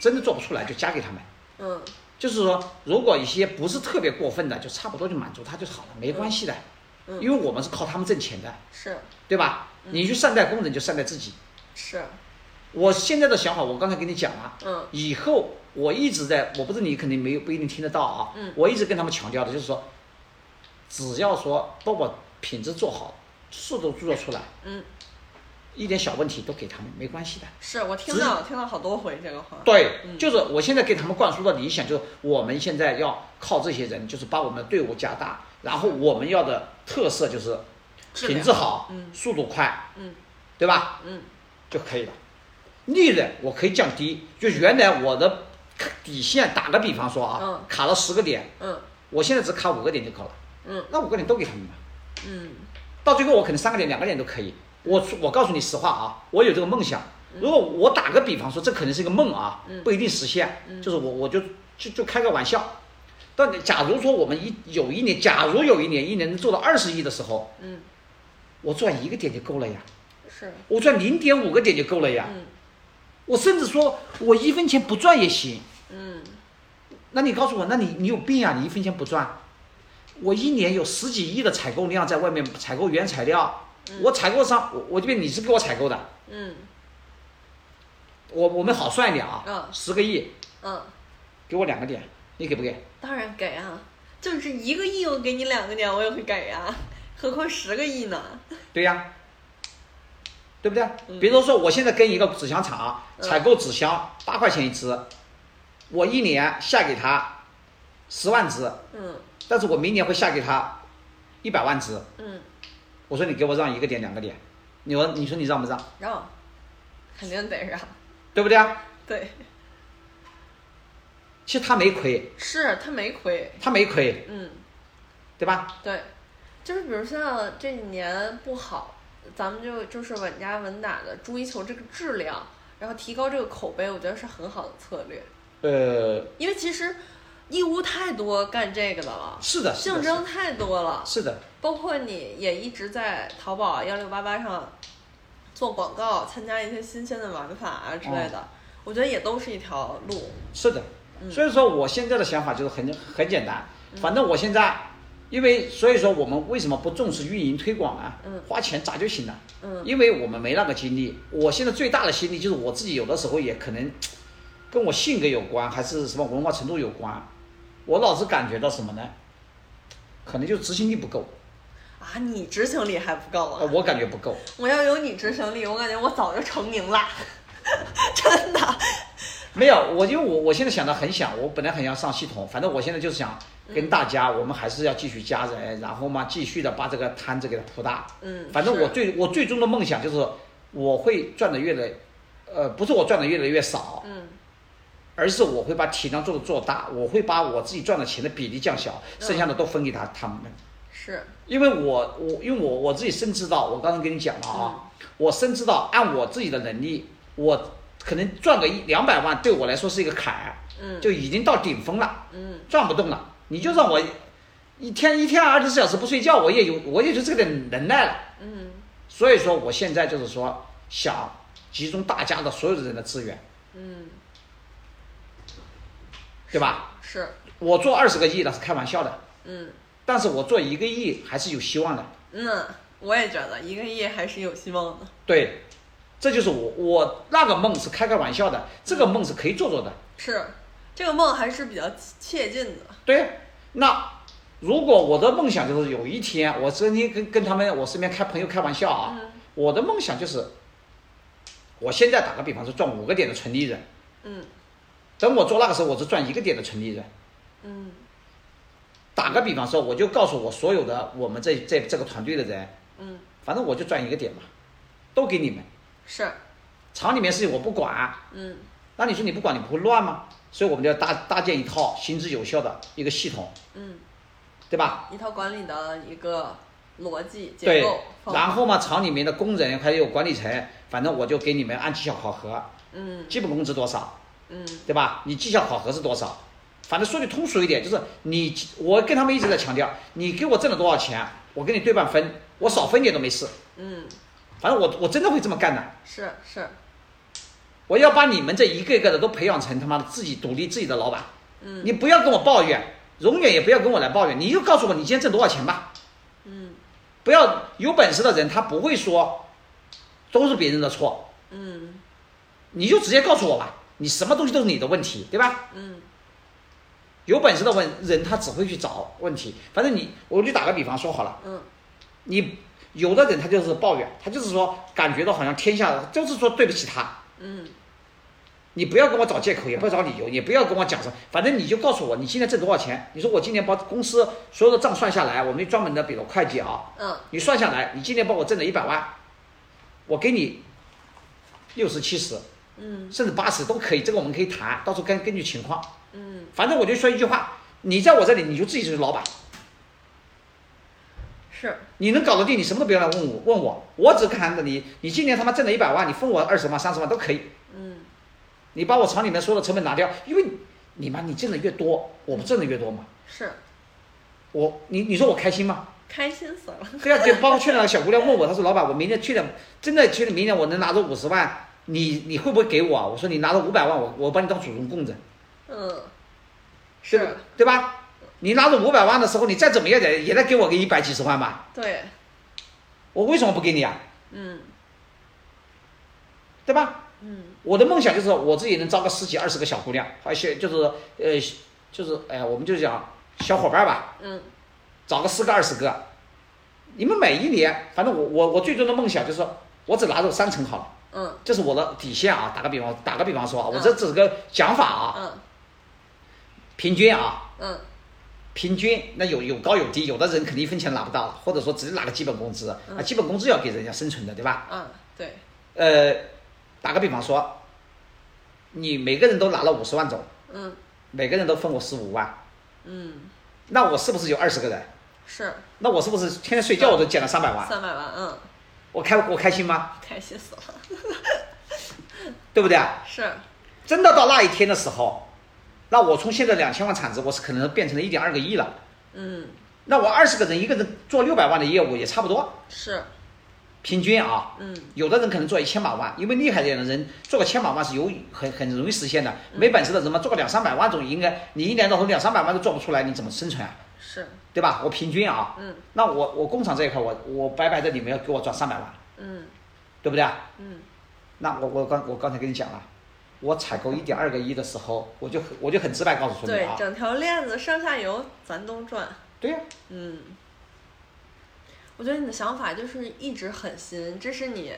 真的做不出来就加给他们，嗯就是说，如果一些不是特别过分的，就差不多就满足他就好了，没关系的，嗯因为我们是靠他们挣钱的，是对吧？嗯你去善待工人，就善待自己。是我现在的想法，我刚才跟你讲了，嗯以后我一直在，我不是你肯定没有不一定听得到啊，嗯我一直跟他们强调的就是说，只要说把我品质做好，速度做出来，嗯一点小问题都给他们没关系的。是我听只到听到好多回这个话，对，嗯就是我现在给他们灌输的理想，就是我们现在要靠这些人，就是把我们的队伍加大，然后我们要的特色就是质品量质好，嗯速度快，嗯对吧？嗯就可以了。利润我可以降低，就原来我的底线，打个比方说啊，嗯卡了十个点，嗯我现在只卡五个点就够了，嗯那五个点都给他们吧。嗯到最后我可能三个点、两个点都可以。我我告诉你实话啊，我有这个梦想。如果我打个比方说，这可能是一个梦啊，嗯不一定实现。嗯就是我我就就就开个玩笑。但假如说我们一有一年，假如有一年一年能做到二十亿的时候，嗯我赚一个点就够了呀，是我赚零点五个点就够了呀。嗯我甚至说我一分钱不赚也行。嗯那你告诉我，那你你有病啊？你一分钱不赚？我一年有十几亿的采购量在外面采购原材料，我采购商我我这边你是给我采购的，嗯我我们好算一点啊，嗯十个亿嗯，给我两个点，你给不给？当然给啊，就是一个亿我给你两个点我也会给啊，何况十个亿呢？对呀、对不对？嗯比如说我现在跟一个纸箱厂啊嗯采购纸箱八块钱一只，我一年下给他十万只，嗯但是我明年会下给他一百万只。嗯，我说你给我让一个点两个点，你说你说你让不让？让，肯定得让，对不对啊？ 对，其实他没亏，是他没亏，啊他没亏，嗯。对吧？对，就是比如像这几年不好，咱们就就是稳扎稳打的追求这个质量，然后提高这个口碑，我觉得是很好的策略。呃，因为其实义乌太多干这个的了，是的，是的竞争太多了，是的，包括你也一直在淘宝啊幺六八八上做广告，参加一些新鲜的玩法啊之类的，嗯我觉得也都是一条路。是的。嗯所以说，我现在的想法就是很很简单，反正我现在，因为所以说我们为什么不重视运营推广啊？嗯花钱砸就行了。嗯因为我们没那个精力。我现在最大的心力就是我自己有的时候也可能跟我性格有关，还是什么文化程度有关。我老是感觉到什么呢？可能就执行力不够，啊，你执行力还不够啊！呃我感觉不够。我要有你执行力，我感觉我早就成名 啦，真的。没有，我因为我我现在想的很想，我本来很想上系统，反正我现在就是想跟大家，我们还是要继续加人，然后嘛，继续的把这个摊子给它铺大。嗯，反正是我最我最终的梦想就是我会赚的越来，呃，不是我赚的越来越少，嗯而是我会把体量做的做大，我会把我自己赚的钱的比例降小，嗯剩下的都分给他他们。是因为我我因为我我自己深知道，我刚才跟你讲了啊，嗯我深知道按我自己的能力，我可能赚个一两百万对我来说是一个坎儿。嗯就已经到顶峰了，嗯转不动了。你就让我一天一天二十四小时不睡觉，我也有我也就这个点能耐了。嗯所以说，我现在就是说想集中大家的所有的人的资源，嗯对吧？是我做二十个亿的是开玩笑的，嗯但是我做一个亿还是有希望的。那我也觉得一个亿还是有希望的。对，这就是我我那个梦是开开玩笑的，这个梦是可以做做的。是这个梦还是比较切近的。对，那如果我的梦想就是有一天，我曾经跟跟他们我身边开朋友开玩笑啊，嗯我的梦想就是，我现在打个比方说赚五个点的纯利润，嗯等我做那个时候我只赚一个点的纯利润。嗯打个比方说，我就告诉我所有的我们这这这个团队的人，嗯，反正我就赚一个点嘛，都给你们。是厂里面事情我不管，嗯那你说你不管你不会乱吗？所以我们就要搭搭建一套行之有效的一个系统，嗯对吧？一套管理的一个逻辑结对构方法。然后嘛，厂里面的工人还有管理层，反正我就给你们按绩效考核，嗯基本工资多少，嗯对吧？你绩效考核是多少？反正说句通俗一点，就是你，我跟他们一直在强调，你给我挣了多少钱，我跟你对半分，我少分点都没事。嗯反正我我真的会这么干的，是是我要把你们这一个一个的都培养成他妈的自己独立自己的老板。嗯你不要跟我抱怨，永远也不要跟我来抱怨，你就告诉我你今天挣多少钱吧。嗯不要有本事的人他不会说都是别人的错，嗯你就直接告诉我吧，你什么东西都是你的问题，对吧？嗯有本事的问人他只会去找问题，反正你我就打个比方说好了，嗯你有的人他就是抱怨，他就是说感觉到好像天下就是说对不起他，嗯你不要跟我找借口，也不要找理由，也不要跟我讲什么，反正你就告诉我你现在挣多少钱。你说我今年把公司所有的账算下来，我们专门的比如会计啊，嗯你算下来，你今年帮我挣了一百万，我给你六十、七十，嗯甚至八十都可以，这个我们可以谈，到时候根根据情况。嗯反正我就说一句话，你在我这里你就自己是老板，是你能搞得定，你什么都不要来问我，问我，我只看着你，你今年他妈挣了一百万，你分我二十万、三十万都可以。嗯你把我厂里面所有的成本拿掉，因为你嘛，你挣的越多，我不挣的越多嘛。是我你你说我开心吗？开心死了。对啊，就包括去年那个小姑娘问我，她说老板，我明年去了，真的去了，明年我能拿着五十万，你你会不会给我啊？我说你拿着五百万，我我把你当祖宗供着，嗯对不 是对吧？你拿着五百万的时候，你再怎么也得也得给我个一百几十万吧？对我为什么不给你啊？嗯对吧？嗯我的梦想就是我自己能招个十几二十个小姑娘，而且就是呃就是哎呀，我们就讲小伙伴吧，嗯找个十个二十个，你们每一年，反正我我我最终的梦想就是说我只拿走三成好了，嗯这是我的底线啊。打个比方，打个比方说啊，我这只是个讲法啊，嗯平均啊，嗯平均那有有高有低，有的人肯定一分钱拿不到，或者说只拿个基本工资啊，基本工资要给人家生存的，对吧？嗯对呃，打个比方说，你每个人都拿了五十万走，嗯每个人都分我十五万，嗯那我是不是有二十个人？是那我是不是天天睡觉我都捡了三百万？三百万嗯我开我开心吗？开心死了对不对啊？是真的到那一天的时候，那我从现在两千万产值，我是可能变成了一点二个亿了。嗯那我二十个人，一个人做六百万的业务也差不多，是平均啊。嗯有的人可能做一千把万，因为厉害点的人做个千把万是有很很容易实现的。没本事的人嘛，做个两三百万总应该，你一年到头两三百万都做不出来，你怎么生存啊？是对吧？我平均啊，嗯那我我工厂这一块，我我白白的你们要给我赚三百万，嗯对不对啊？嗯那我我刚我刚才跟你讲了，我采购一点二个亿的时候，我就很我就很直白告诉你对啊，整条链子上下游咱都赚。对呀、嗯，我觉得你的想法就是一直很新，这是你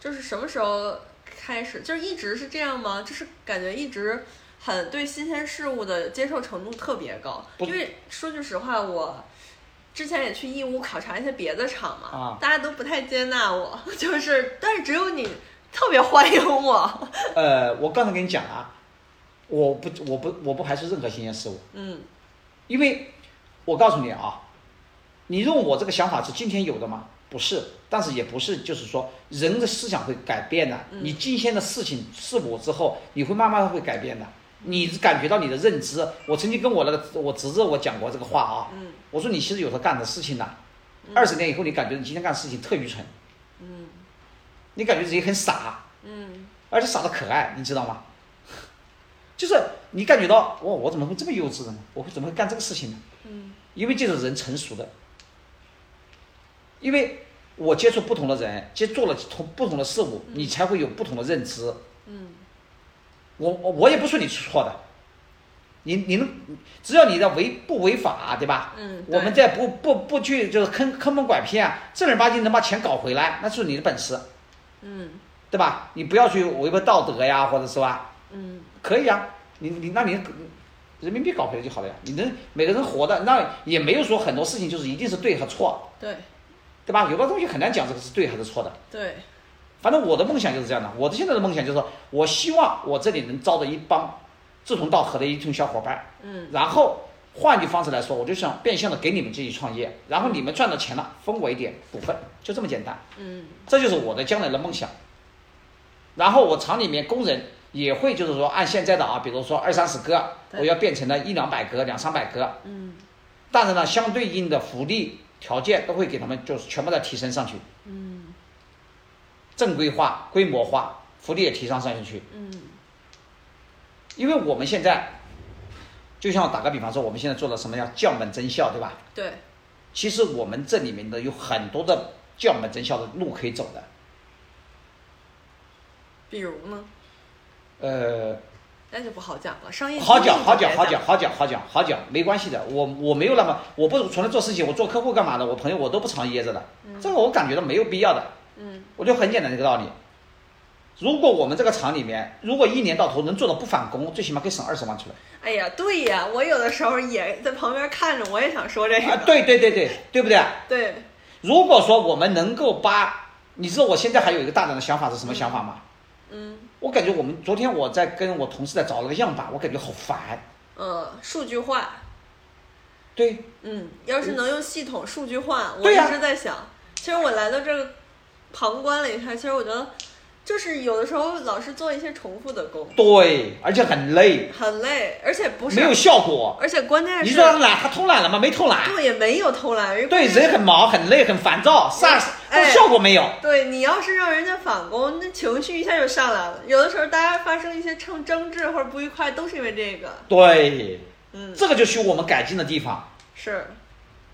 就是什么时候开始，就是一直是这样吗？就是感觉一直很对新鲜事物的接受程度特别高，不因为说句实话，我。之前也去义乌考察一些别的厂嘛，啊大家都不太接纳我， 就是，但是只有你特别欢迎我， 呃，我刚才跟你讲啊，我不，我不，我不排斥任何新鲜事物，嗯因为我告诉你啊，你认为我这个想法是今天有的吗？不是，但是也不是，就是说人的思想会改变的。嗯你今天的事情事物之后，你会慢慢会改变的。你感觉到你的认知，我曾经跟我那个我侄子我讲过这个话啊，嗯我说你其实有时候干的事情呐、二十年以后你感觉你今天干的事情特愚蠢，嗯你感觉自己很傻，嗯而且傻的可爱，你知道吗？ 就是你感觉到哇，我怎么会这么幼稚的呢？我会怎么会干这个事情呢？嗯因为这种人成熟的，因为我接触不同的人，接触了同不同的事物，你才会有不同的认知。嗯，我我我也不说你是错的，你你能只要你的违不违法，对吧？嗯对我们在不不不去就是坑坑蒙拐骗，啊正儿八经能把钱搞回来，那是你的本事，嗯对吧？你不要去违背道德呀，或者是吧？嗯可以啊，你你那你人民币搞回来就好了呀。你能每个人活的，那也没有说很多事情就是一定是对和错，嗯对对吧？有的东西很难讲这个是对还是错的。对，反正我的梦想就是这样的，我的现在的梦想就是说，我希望我这里能招到一帮志同道合的一群小伙伴儿，嗯然后换句方式来说，我就想变相的给你们自己创嗯业，然后你们赚到钱了分我一点股份，就这么简单，嗯这就是我的将来的梦想。然后我厂里面工人也会就是说按现在的啊，比如说二三十个，对我要变成了一两百个、两三百个，嗯但是呢，相对应的福利条件都会给他们就是全部再提升上去，嗯正规化、规模化，福利也提上上去。嗯因为我们现在，就像打个比方说，我们现在做了什么叫降本增效，对吧？对，其实我们这里面的有很多的降本增效的路可以走的。比如呢，呃，那就不好讲了，商业好机密讲，就好讲，别好讲，好讲，好讲，好讲，没关系的。我我没有那么，我不从来做事情，我做客户干嘛的？我朋友我都不常掖着的，这个我感觉到没有必要的。嗯我就很简单的一个道理。如果我们这个厂里面，如果一年到头能做到不返工，最起码可以省二十万出来。哎呀，对呀，我有的时候也在旁边看着，我也想说这啊个，，对对对对，对不对？对，如果说我们能够把，你知道我现在还有一个大胆的想法是什么想法吗？嗯我感觉我们昨天我在跟我同事在找了个样板，我感觉好烦。呃，数据化，对，嗯，要是能用系统数据化，我对一呀直在想，其实我来到这个旁观了一下，其实我觉得就是有的时候老是做一些重复的工，对，而且很累，很累，而且不是没有效果。而且关键你是说他懒，他偷懒了吗？没偷懒。对也没有偷懒，人对，人很忙，很累，很烦躁，啥哎效果没有。对你要是让人家返工，那情绪一下就上来了。有的时候大家发生一些争争执或者不愉快，都是因为这个。对，嗯，这个就需要我们改进的地方，是，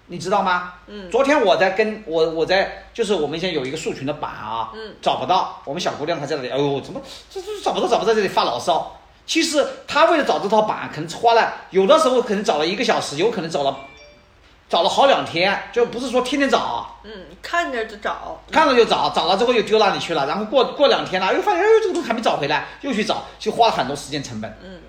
你知道吗？嗯昨天我在跟我我在就是我们以前有一个树群的板啊，嗯找不到，我们小姑娘还在那里，哎呦，怎么这这找不到找不到，在这里发牢骚。其实她为了找这套板，可能花了有的时候可能找了一个小时，有可能找了找了好两天，就不是说天天找，啊嗯，看着就找，看了就找，找了之后又丢哪里去了，然后过过两天了，又发现哎呦这个东西还没找回来，又去找，就花了很多时间成本。嗯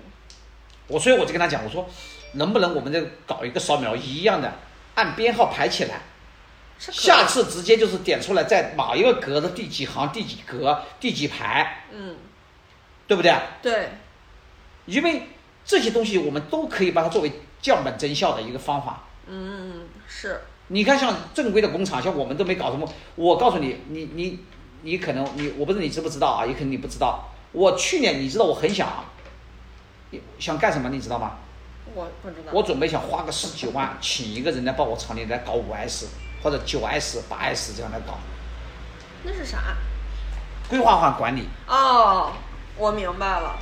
我所以我就跟他讲，我说能不能我们这个搞一个扫描仪一样的，按编号排起来。是可以下次直接就是点出来，在某一个格的第几行、第几格、第几排，嗯，对不对？对，因为这些东西我们都可以把它作为降本增效的一个方法。嗯是，你看，像正规的工厂，像我们都没搞什么。我告诉你，你你你可能你我不知道你知不知道啊，也可能你不知道。我去年你知道我很想，想干什么你知道吗？我不知道，我准备想花个十几万，请一个人来帮我厂里来搞五 S 或者九 S、八 S 这样来搞那是啥？规划化管理。哦，我明白了。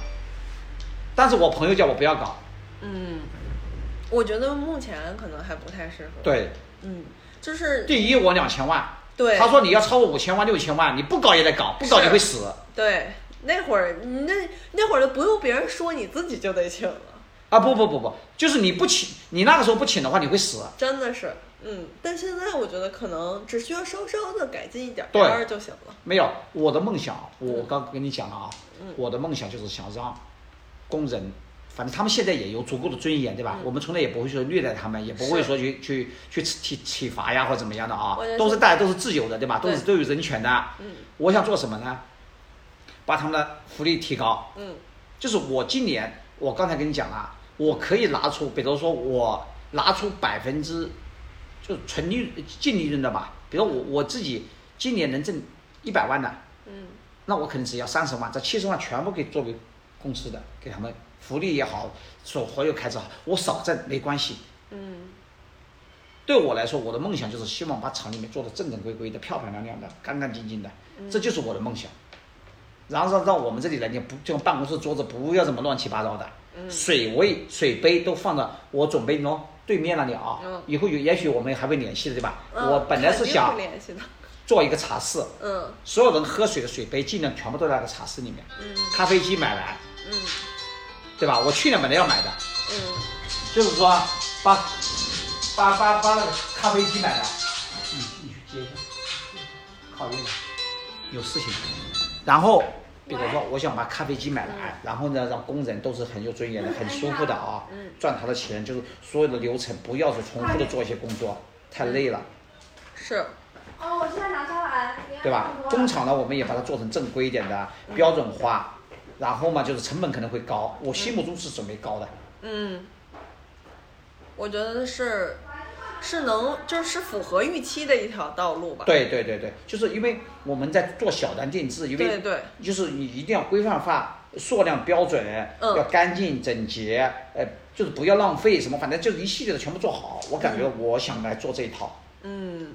但是我朋友叫我不要搞。嗯，我觉得目前可能还不太适合。，对，嗯，就是第一我两千万，对，他说你要超过五千万、六千万，你不搞也得搞，不搞是你会死对，那会儿你那那会儿就不用别人说，你自己就得请了，啊！不不不不，就是你不请，你那个时候不请的话，你会死。真的是。嗯，但现在我觉得可能只需要稍稍的改进一点对点儿就行了。没有，我的梦想，啊我刚跟你讲了啊，嗯我的梦想就是想让工人，反正他们现在也有足够的尊严，对吧？我们从来也不会说虐待他们，也不嗯会是说去去去体体罚呀或者怎么样的啊我觉，得都是是大家都是自由的，对吧？都对嗯是都有人权的。我想做什么呢？把他们的福利提高。嗯就是我今年，我刚才跟你讲了，我可以拿出，比如说我拿出百分之，就是纯利净利润的吧，比如我我自己今年能挣一百万的，嗯那我可能只要三十万，这七十万全部给作为公司的，给他们福利也好，所所有开支好，我少挣没关系。嗯对我来说，我的梦想就是希望把厂里面做的正正规规的、漂漂亮亮的、干干净净的，嗯这就是我的梦想。然后让我们这里人也不就像办公室桌子不要这么乱七八糟的，嗯水位、水杯都放到我准备弄对面那里啊。嗯以后有也许我们还会联系的，对吧？嗯，我本来是肯定想会联系的。做一个茶室，嗯所有人喝水的水杯尽量全部都在那个茶室里面。嗯咖啡机买来，嗯对吧？我去年本来要买的，嗯就是说把把把把那个咖啡机买来，你你去接一下，考虑一下，有事情。然后比如说我想把咖啡机买来，然后呢让工人都是很有尊严的、很舒服的啊，嗯赚他的钱，就是所有的流程不要是重复的做一些工作，太累了。是，哦，我现在拿下来，你看对吧差不？多工了厂呢，我们也把它做成正规一点的、嗯标准化，然后嘛，就是成本可能会高，我心目中是准备高的。嗯，我觉得是是能就是符合预期的一条道路吧。对对对对，就是因为我们在做小单定制，因对为对，就是你一定要规范化、数量标准，嗯要干净整洁，呃，就是不要浪费什么，反正就是一系列的全部做好。我感觉我想来做这一套，嗯，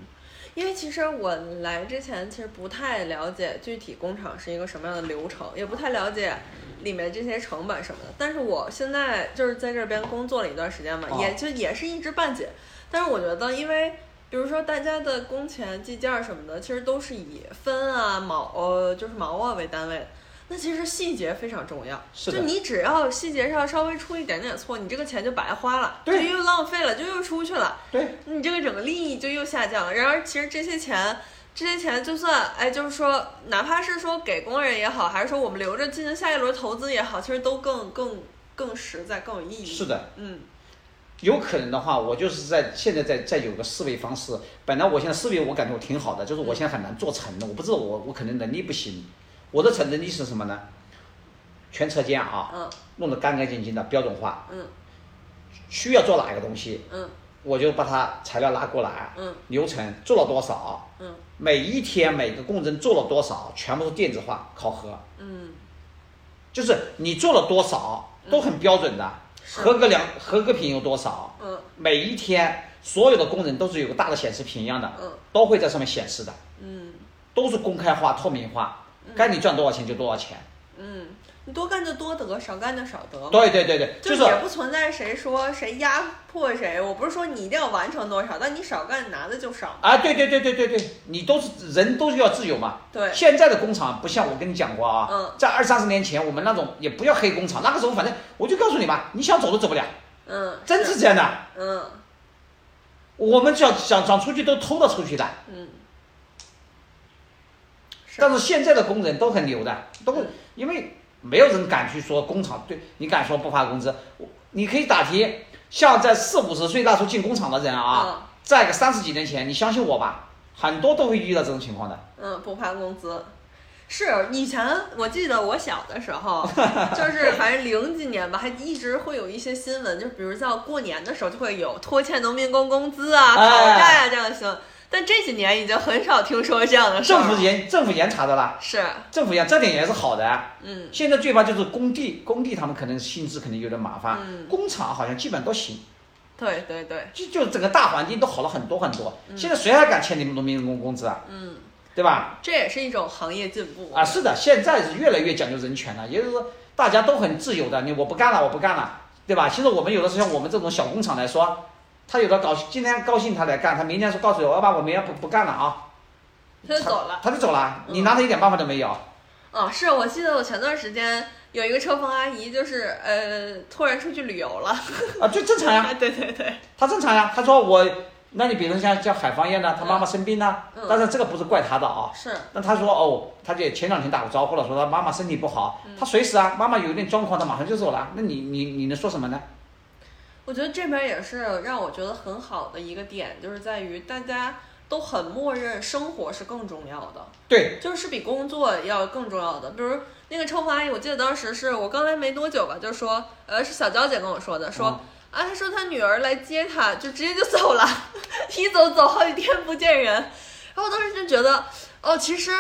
因为其实我来之前其实不太了解具体工厂是一个什么样的流程，也不太了解里面这些成本什么的。但是我现在就是在这边工作了一段时间嘛，哦也就也是一知半解。但是我觉得，因为比如说大家的工钱计件什么的，其实都是以分啊、毛呃就是毛啊为单位的。那其实细节非常重要，是的就你只要细节上稍微出一点点错，你这个钱就白花了，对就又浪费了，就又出去了。对，你这个整个利益就又下降了。然而，其实这些钱，这些钱就算哎，就是说，哪怕是说给工人也好，还是说我们留着进行下一轮投资也好，其实都更更更实在，更有意义。是，的。嗯有可能的话，我就是在现在在在有个思维方式。本来我现在思维我感觉我挺好的，就是我现在很难做成的。我不知道我我可能能力不行，我的成能力是什么呢？全车间啊，嗯弄得干干净净的，标准化。嗯需要做哪个东西，嗯我就把它材料拉过来，嗯流程做了多少，嗯每一天每个工人做了多少，全部都电子化考核，嗯，就是你做了多少都很标准的，是合格良合格品有多少，嗯每一天所有的工人都是有个大的显示屏一样的，嗯都会在上面显示的，嗯都是公开化、透明化，该你赚多少钱就多少钱。嗯，你多干就多得，少干就少得。对对对对，哦就是也不存在谁说谁压迫谁，我不是说你一定要完成多少，但你少干拿的就少。啊，对对对对对对，你都是人都是要自由嘛。对现在的工厂不像我跟你讲过啊，嗯在二三十年前我们那种也不要黑工厂，那个时候反正我就告诉你吧，你想走都走不了，嗯，真是这样的。嗯我们想想想出去都偷着出去的，嗯，是但是现在的工人都很牛的，都、嗯因为没有人敢去说工厂对你敢说不发工资，我你可以打题，像在四五十岁那时候进工厂的人啊，嗯在个三十几年前，你相信我吧，很多都会遇到这种情况的。嗯，不发工资。是以前我记得我小的时 候，就是反正零几年吧，还一直会有一些新闻，就比如像过年的时候就会有拖欠农民工工资啊、讨哎债啊这样的新闻。但这几年已经很少听说这样的事儿政府了。严政府严查的啦，是，政府严这点也是好的。嗯现在最怕就是工地，工地他们可能性质可能有点麻烦，嗯工厂好像基本都行，对对对，就就整个大环境都好了很多很多。现在谁还敢欠你们农民工工资啊？嗯，对吧？这也是一种行业进步啊，是的，现在是越来越讲究人权了，也就是说大家都很自由的，你我不干了，我不干了，对吧？其实我们有的时候像我们这种小工厂来说，他有的高今天高兴他来干，他明天说告诉我，老板我明天不不干了啊，他就走了。他就走了，嗯你拿他一点办法 都没有。哦，是我记得我前段时间有一个车缝阿姨，就是呃，突然出去旅游了。 啊，最正常呀，对对对，他正常呀。他说我，那你比如像像海芳燕呢，她妈妈生病呢，嗯但是这个不是怪她的啊。是，那他说哦，他就前两天打过招呼了，说他妈妈身体不好，嗯他随时啊，妈妈有点状况，他马上就走了。那你你你能说什么呢？我觉得这边也是让我觉得很好的一个点，就是在于大家都很默认生活是更重要的，对，就是比工作要更重要的。比如那个抽风阿姨，我记得当时是我刚来没多久吧，就说，呃，是小娇姐跟我说的，说。嗯啊，她说她女儿来接她，就直接就走了， 一走走好几天不见人。然后我当时就觉得，哦，其实，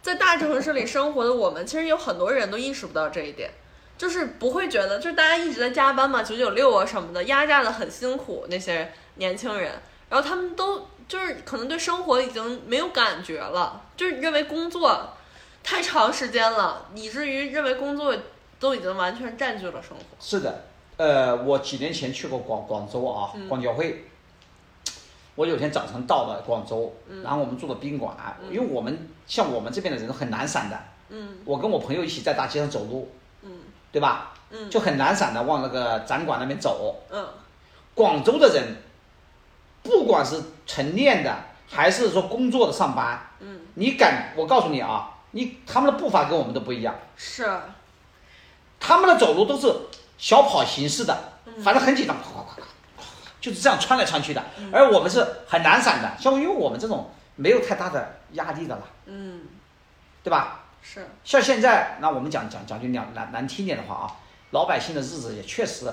在大城市里生活的我们，其实有很多人都意识不到这一点，就是不会觉得，就是大家一直在加班嘛，九九六啊什么的，压榨的很辛苦那些年轻人，然后他们都就是可能对生活已经没有感觉了，就是认为工作太长时间了，以至于认为工作都已经完全占据了生活。是的，呃，我几年前去过广广州啊，嗯广交会，我有天早晨到了广州，然后我们住的宾馆，因为我们像我们这边的人很难散的，嗯我跟我朋友一起在大街上走路，嗯对吧？嗯就很懒散的往那个展馆那边走。嗯广州的人，不管是晨练的，还是说工作的上班，嗯，你敢？我告诉你啊，你他们的步伐跟我们都不一样，是，他们的走路都是小跑形式的，反正很紧张，啪啪啪啪啪就是这样穿来穿去的。而我们是很懒散的，像因为我们这种没有太大的压力的了，嗯对吧？是，像现在，那我们讲讲讲句难难难听点的话啊，老百姓的日子也确实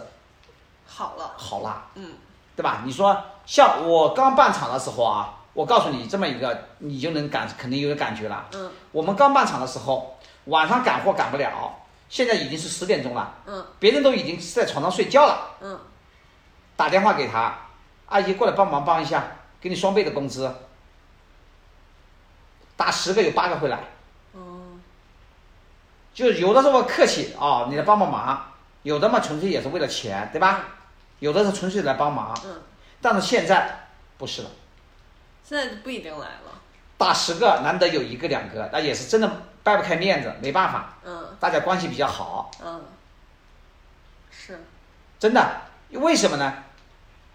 好了，好啦，嗯对吧？你说像我刚办厂的时候啊，我告诉你这么一个，你就能感肯定有感觉了。嗯我们刚办厂的时候，晚上赶货赶不了，现在已经是十点钟了，嗯别人都已经在床上睡觉了，嗯打电话给他，阿姨过来帮忙帮一下，给你双倍的工资，打十个有八个会来，嗯就是有的时候客气啊、你来帮帮忙，有的嘛纯粹也是为了钱，对吧？有的是纯粹来帮忙，嗯，但是现在不是了，现在就不一定来了，打十个难得有一个两个，那也是真的掰不开面子，没办法，嗯大家关系比较好，嗯，是，真的，为什么呢？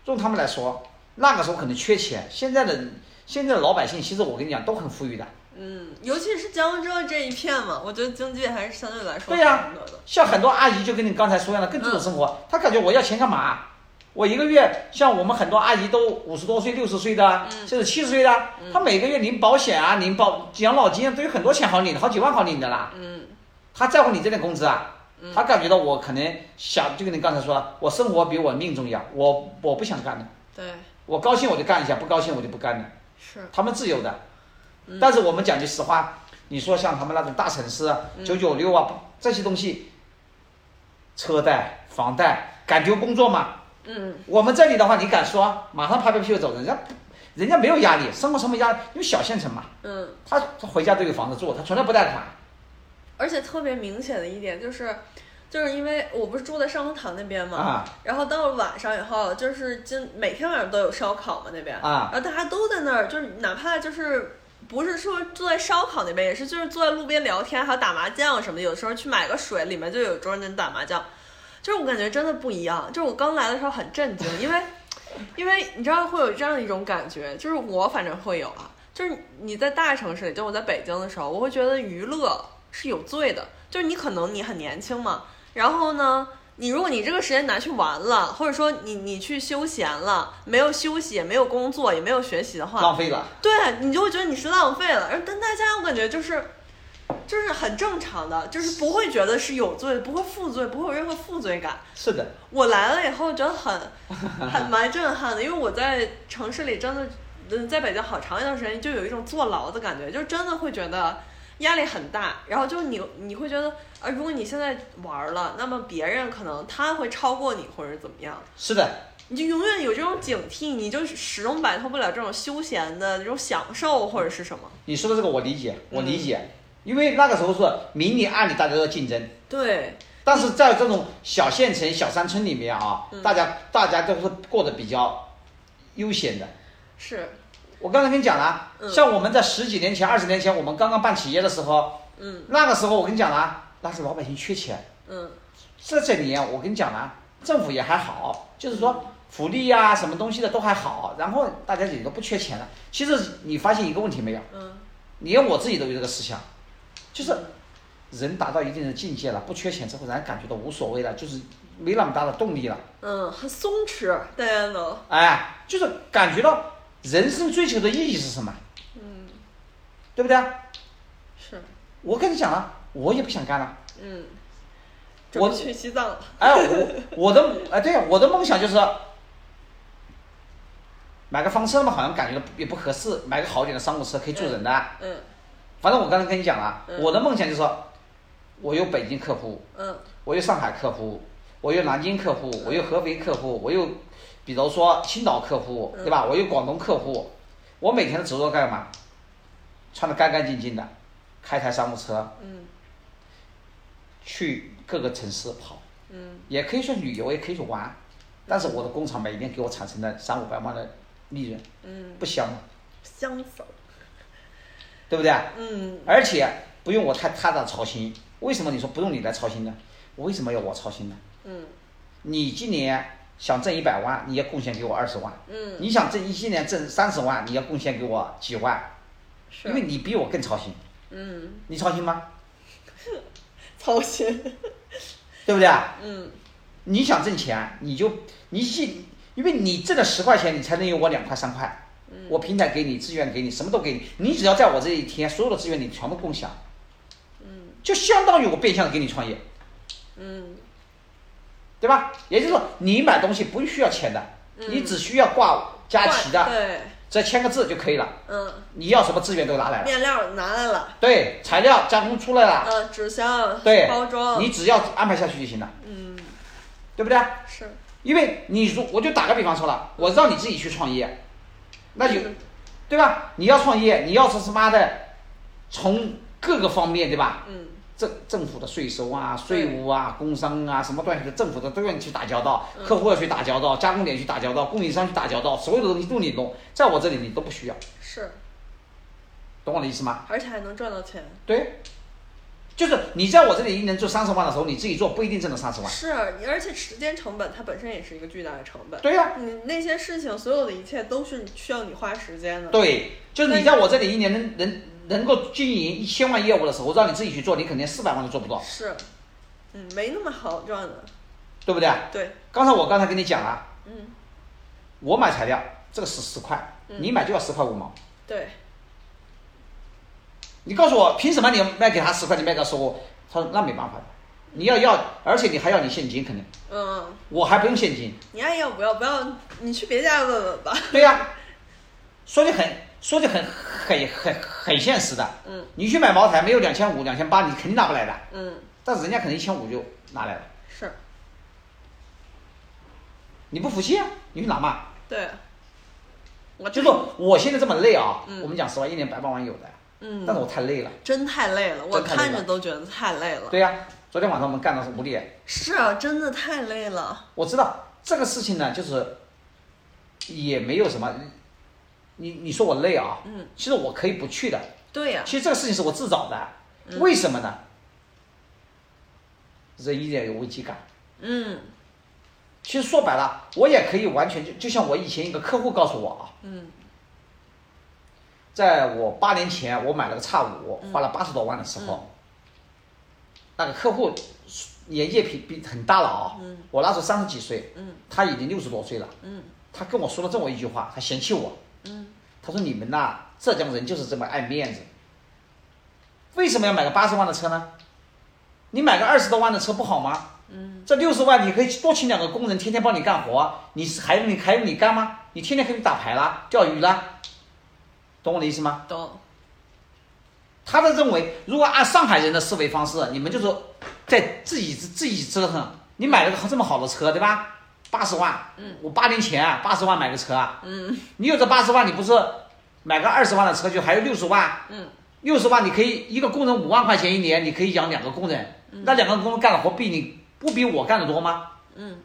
用他们来说，那个时候可能缺钱，现在的现在的老百姓，其实我跟你讲都很富裕的。嗯，尤其是江浙这一片嘛，我觉得经济还是相对来说对呀很多的，像很多阿姨就跟你刚才说一样的，更注重生活，她感觉我要钱干嘛？我一个月，像我们很多阿姨都五十多岁、六十岁的，甚至七十岁的，她每个月领保险啊、领保养老金啊，都有很多钱好领的，好几万好领的啦。嗯她在乎你这点工资啊？她感觉到我可能想，就跟你刚才说的，我生活比我命重要，我我不想干了，对我高兴我就干一下，不高兴我就不干了。是，他们自由的。但是我们讲句实话，你说像他们那种大城市九九六啊、这些东西，车贷、房贷，敢丢工作吗？嗯我们这里的话，你敢说马上拍拍屁股走，人家人家没有压力，生活成本压力，因为小县城嘛，嗯。他他回家都有房子住，他从来不贷款。而且特别明显的一点就是，就是因为我不是住在上风堂那边嘛，啊然后到了晚上以后，就是今每天晚上都有烧烤嘛那边，啊然后大家都在那儿，就是哪怕就是。不是说坐在烧烤那边，也是就是坐在路边聊天，还有打麻将什么的。有时候去买个水，里面就有桌人打麻将，就是我感觉真的不一样。就是我刚来的时候很震惊，因为因为你知道会有这样一种感觉，就是我反正会有啊，就是你在大城市里，就我在北京的时候，我会觉得娱乐是有罪的，就是你可能你很年轻嘛，然后呢，你如果你这个时间拿去玩了，或者说你你去休闲了，没有休息，也没有工作，也没有学习的话，浪费了，对你就会觉得你是浪费了。而但大家我感觉就是。就是很正常的，就是不会觉得是有罪，不会负罪，不会有任何负罪感。是的，我来了以后觉得很很蛮震撼的，因为我在城市里真的，嗯，在北京好长一段时间就有一种坐牢的感觉，就真的会觉得压力很大。然后就你你会觉得，啊，如果你现在玩了，那么别人可能他会超过你或者怎么样，是的，你就永远有这种警惕，你就始终摆脱不了这种休闲的这种享受或者是什么。你说的这个我理解，我理解，因为那个时候是明里暗里大家都要竞争。对，但是在这种小县城、小山村里面啊，大家大家都是过得比较悠闲的。是，我刚才跟你讲了啊，嗯像我们在十几年前、二十年前，我们刚刚办企业的时候，嗯那个时候我跟你讲了啊，那是老百姓缺钱。嗯这几年我跟你讲了啊，政府也还好，就是说福利呀、什么东西的都还好，然后大家也都不缺钱了。其实你发现一个问题没有？嗯连我自己都有这个思想，就是人达到一定的境界了，不缺钱之后，人家感觉到无所谓了，就是没那么大的动力了。嗯，很松弛，大家都，哎，就是感觉到人生追求的意义是什么，嗯，对不对？是，我跟你讲了，我也不想干了。嗯，准我备去西藏了。哎，我我的哎，对，我的梦想就是买个房车嘛，好像感觉也不合适，买个好一点的商务车可以住人的。嗯反正我刚才跟你讲了，嗯我的梦想就是我有北京客户，嗯我有上海客户，我有南京客户，我有合肥客户，我有比如说青岛客户，嗯对吧？我有广东客户，我每天的走路干嘛？穿的干干净净的，开台商务车嗯去各个城市跑，嗯也可以去旅游，也可以去玩。但是我的工厂每年给我产生的三五百万的利润，嗯，不香吗？香手，对不对？啊嗯，而且不用我太太大操心。为什么你说不用你来操心呢？我为什么要我操心呢？嗯，你今年想挣一百万，你要贡献给我二十万。嗯你想挣一今年挣三十万，你要贡献给我几万，是因为，你比我更操心。嗯，你操心吗？操心，对不对？嗯，你想挣钱，你就你一，因为你挣了十块钱，你才能有我两块三块。嗯我平台给你，资源给你，什么都给你，你只要在我这里填所有的资源，你全部共享。嗯，就相当于我变相的给你创业，嗯，对吧？也就是说，你买东西不需要钱的，你只需要挂佳琦怪的，嗯对，再签个字就可以了。嗯，你要什么资源都拿来了，面料拿来了，对，材料加工出来了，嗯，纸箱，对包，装你，只要安排下去就行了，嗯，对不对？是，因为你如我就打个比方说了，我让你自己去创业，那就对吧？你要创业，你要是他妈的从各个方面对吧？嗯，政政府的税收啊、税务啊、工商啊，什么东西的政府的都要你去打交道，嗯客户要去打交道，加工点去打交道，供应商去打交道，所有的东西都你弄，在我这里你都不需要，是，懂我的意思吗？而且还能赚到钱，对，就是你在我这里一年做三十万的时候，你自己做不一定挣到三十万。是，啊而且时间成本它本身也是一个巨大的成本，对呀、你那些事情，所有的一切都是需要你花时间的，，对，就是你在我这里一年能能能够经营一千万业务的时候，让你自己去做，你肯定四百万都做不到，是，嗯，没那么好赚的，对不对？对，刚才我刚才跟你讲了，嗯，我买材料这个是十块，嗯你买就要十块五毛。对，你告诉我，凭什么你卖给他十块，你卖给他十五？他说那没办法的，你要要，而且你还要你现金，肯定嗯，我还不用现金。你爱要不要不要，你去别家问问吧，对呀、说的很说的很很很很现实的。嗯，你去买茅台，没有两千五、两千八，你肯定拿不来的。嗯，但是人家可能一千五就拿来了，是，你不服气啊？你去拿嘛。对，我就真是我现在这么累啊，嗯我们讲实话，一年百把万有的，嗯但是我太累了。真太累了，我真太累看着了都觉得太累了。对呀、昨天晚上我们干到是五点，是啊，真的太累了。我知道这个事情呢，就是也没有什么，你你说我累啊，嗯，其实我可以不去的，对呀、其实这个事情是我自找的，为什么呢？人一点有危机感。嗯其实说白了，我也可以完全就就像我以前一个客户告诉我啊，嗯在我八年前我买了个叉五，嗯花了八十多万的时候，那个客户年纪也比比很大了啊、嗯我那时候三十几岁，嗯他已经六十多岁了，嗯他跟我说了这么一句话，他嫌弃我，嗯他说你们呐、浙江人就是这么爱面子，为什么要买个八十万的车呢？你买个二十多万的车不好吗？嗯，这六十万你可以多请两个工人，天天帮你干活，你是还用你还用你干吗？你天天可以打牌啦、钓鱼啦，懂我的意思吗？懂。他的认为，如果按上海人的思维方式，你们就是在自己自己折腾。你买了个这么好的车，对吧？八十万，嗯，我八年前八十万买个车，嗯，你有这八十万，你不是买个二十万的车就还有六十万，嗯，六十万你可以一个工人五万块钱一年，你可以养两个工人，那两个工人干的活比你不比我干的多吗？嗯，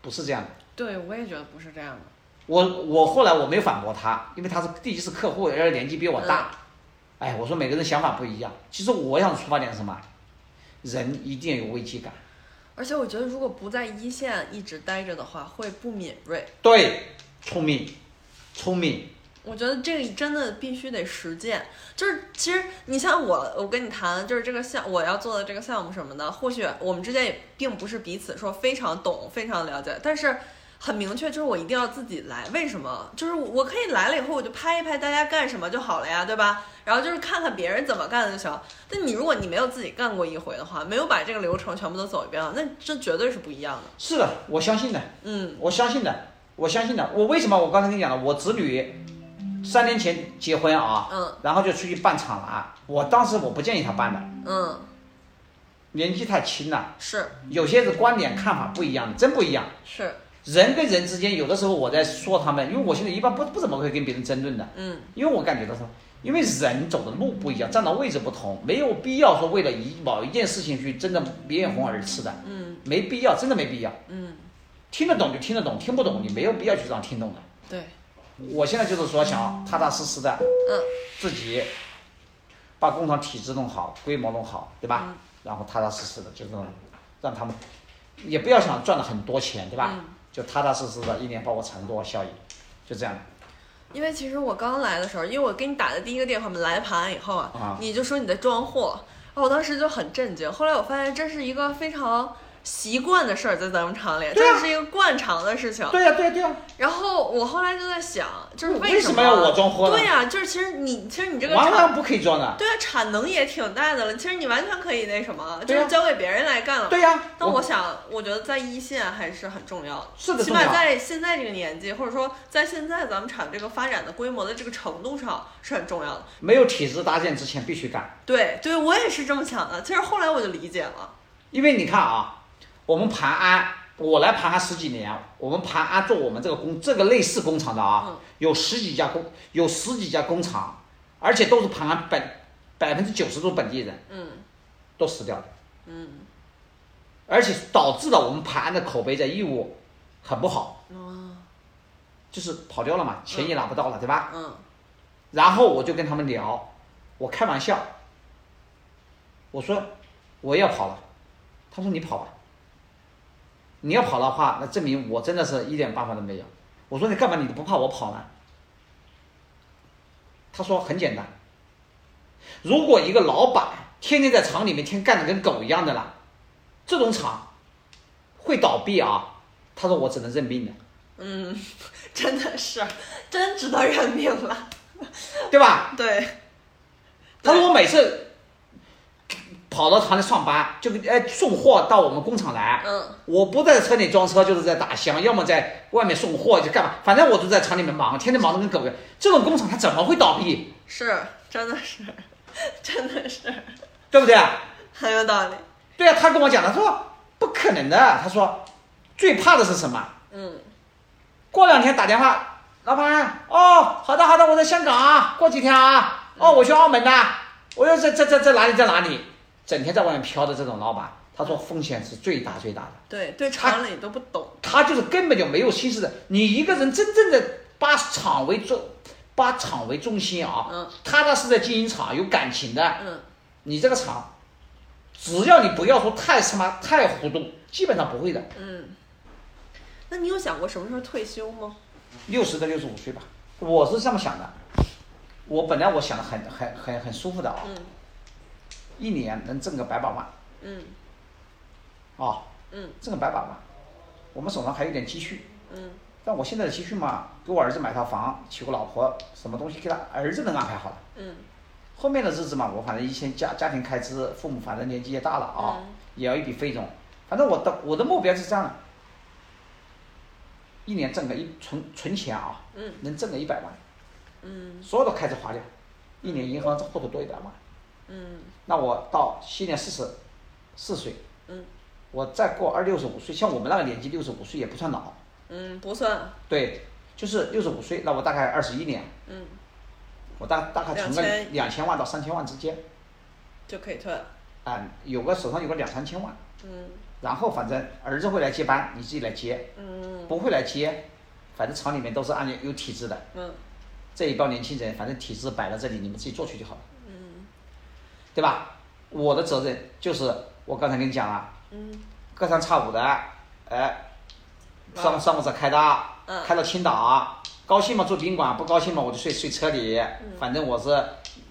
不是这样的。对，我也觉得不是这样的。我我后来我没反驳他，因为他是第一次客户，而且年纪比我大。哎，我说每个人想法不一样。其实我想出发点是什么？人一定要有危机感。而且我觉得，如果不在一线一直待着的话，会不敏锐。对，聪明，聪明。我觉得这个真的必须得实践。就是其实你像我，我跟你谈，就是这个项我要做的这个项目什么的，或许我们之间也并不是彼此说非常懂、非常了解，但是很明确，就是我一定要自己来。为什么？就是我可以来了以后，我就拍一拍大家干什么就好了呀，对吧？然后就是看看别人怎么干的就行。但你如果你没有自己干过一回的话，没有把这个流程全部都走一遍了，那这绝对是不一样的。是的，我相信的，嗯我相信的，我相信的。我为什么我刚才跟你讲了，我子女三年前结婚啊，嗯然后就出去办厂了。啊我当时我不建议他办的，嗯，年纪太轻了，是有些是观点看法不一样的，真不一样。是，人跟人之间，有的时候我在说他们，因为我现在一般不不怎么会跟别人争论的，嗯因为我感觉到说，因为人走的路不一样，站的位置不同，没有必要说为了一某一件事情去争得鼻艳红耳赤的，嗯没必要，真的没必要。嗯，听得懂就听得懂，听不懂你没有必要去让听懂的。对，我现在就是说想踏踏实实的嗯自己把工厂体制弄好，规模弄好，对吧？嗯然后踏踏实实的，就这种，让他们也不要想赚了很多钱，对吧？嗯就踏踏实实的，一年帮我产多少效益，就这样。因为其实我刚来的时候，因为我给你打的第一个电话，我们来盘以后啊，啊你就说你在装货，啊我当时就很震惊。后来我发现这是一个非常习惯的事儿，在咱们厂里，对啊这是一个惯常的事情。对呀、对呀、对呀、然后我后来就在想，就是为什啊什么啊要我装货呢对呀、啊就是其实你其实你这个完厂，全不可以装的。对啊，产能也挺大的了，其实你完全可以那什么，就对啊是交给别人来干了。对呀、但我想，我觉得在一线还是很重要的，是的起重要码在现在这个年纪，或者说在现在咱们厂这个发展的规模的这个程度上是很重要的。没有体制搭建之前必须干，对，对我也是这么想的。其实后来我就理解了，因为你看啊，我们盘安，我来盘安十几年，啊我们盘安做我们这个工这个类似工厂的啊，嗯有十几家工有十几家工厂，而且都是盘安本百分之九十都是本地人，嗯都死掉了，嗯，而且导致了我们盘安的口碑在义乌很不好，哦，就是跑掉了嘛，钱也拿不到了，对吧？嗯然后我就跟他们聊，我开玩笑，我说我要跑了，他说你跑吧，你要跑的话，那证明我真的是一点办法都没有。我说你干嘛你不怕我跑呢？他说很简单，如果一个老板天天在厂里面天干的跟狗一样的啦，这种厂会倒闭啊。他说我只能认命了，嗯，真的是，真值得认命了。对吧？对， 他说我每次跑到厂里上班，就哎送货到我们工厂来，嗯我不在车里装车，就是在打箱，要么在外面送货，就干嘛？反正我就在厂里面忙，天天忙得跟狗一样。这种工厂它怎么会倒闭？是，真的是，真的是对不对？啊很有道理。对啊，他跟我讲，他说不可能的，他说最怕的是什么？嗯过两天打电话，老板，哦，好的好的，我在香港啊，过几天啊，哦，我去澳门呐、我要在在在在哪里在哪里，整天在外面飘的这种老板，他说风险是最大最大的。对对，厂里都不懂。他就是根本就没有心思的。你一个人真正的把厂为中，把厂为中心啊，嗯踏踏实实地经营厂，有感情的，嗯你这个厂，只要你不要说太什么太糊涂，基本上不会的。嗯，那你有想过什么时候退休吗？六十到六十五岁吧，我是这么想的。我本来我想的很很很很舒服的啊，嗯一年能挣个百把万嗯啊，嗯挣个百把万，我们手上还有点积蓄，嗯但我现在的积蓄嘛，给我儿子买套房，娶个老婆，什么东西给他儿子能安排好了。嗯后面的日子嘛，我反正一些家家庭开支，父母反正年纪也大了啊，嗯也要一笔费用。反正我的我的目标是这样的，一年挣个一存存钱啊，嗯能挣个一百万，嗯所有的开支花掉，一年银行户头多一百万。嗯那我到现在四十四岁，嗯我再过二六十五岁，像我们那个年纪六十五岁也不算老，嗯，不算。对，就是六十五岁，那我大概二十一年，嗯，我大大概存个2000两千万到三千万之间，就可以退了。啊、有个手上有个两三千万。嗯然后反正儿子会来接班，你自己来接；嗯不会来接，反正厂里面都是按有体制的。嗯这一帮年轻人，反正体制摆在这里，你们自己做去就好了，嗯对吧？我的责任就是我刚才跟你讲了，嗯隔三差五的，哎，上啊上火车开的嗯，开到青岛，高兴嘛住宾馆，不高兴嘛我就睡睡车里，嗯反正我是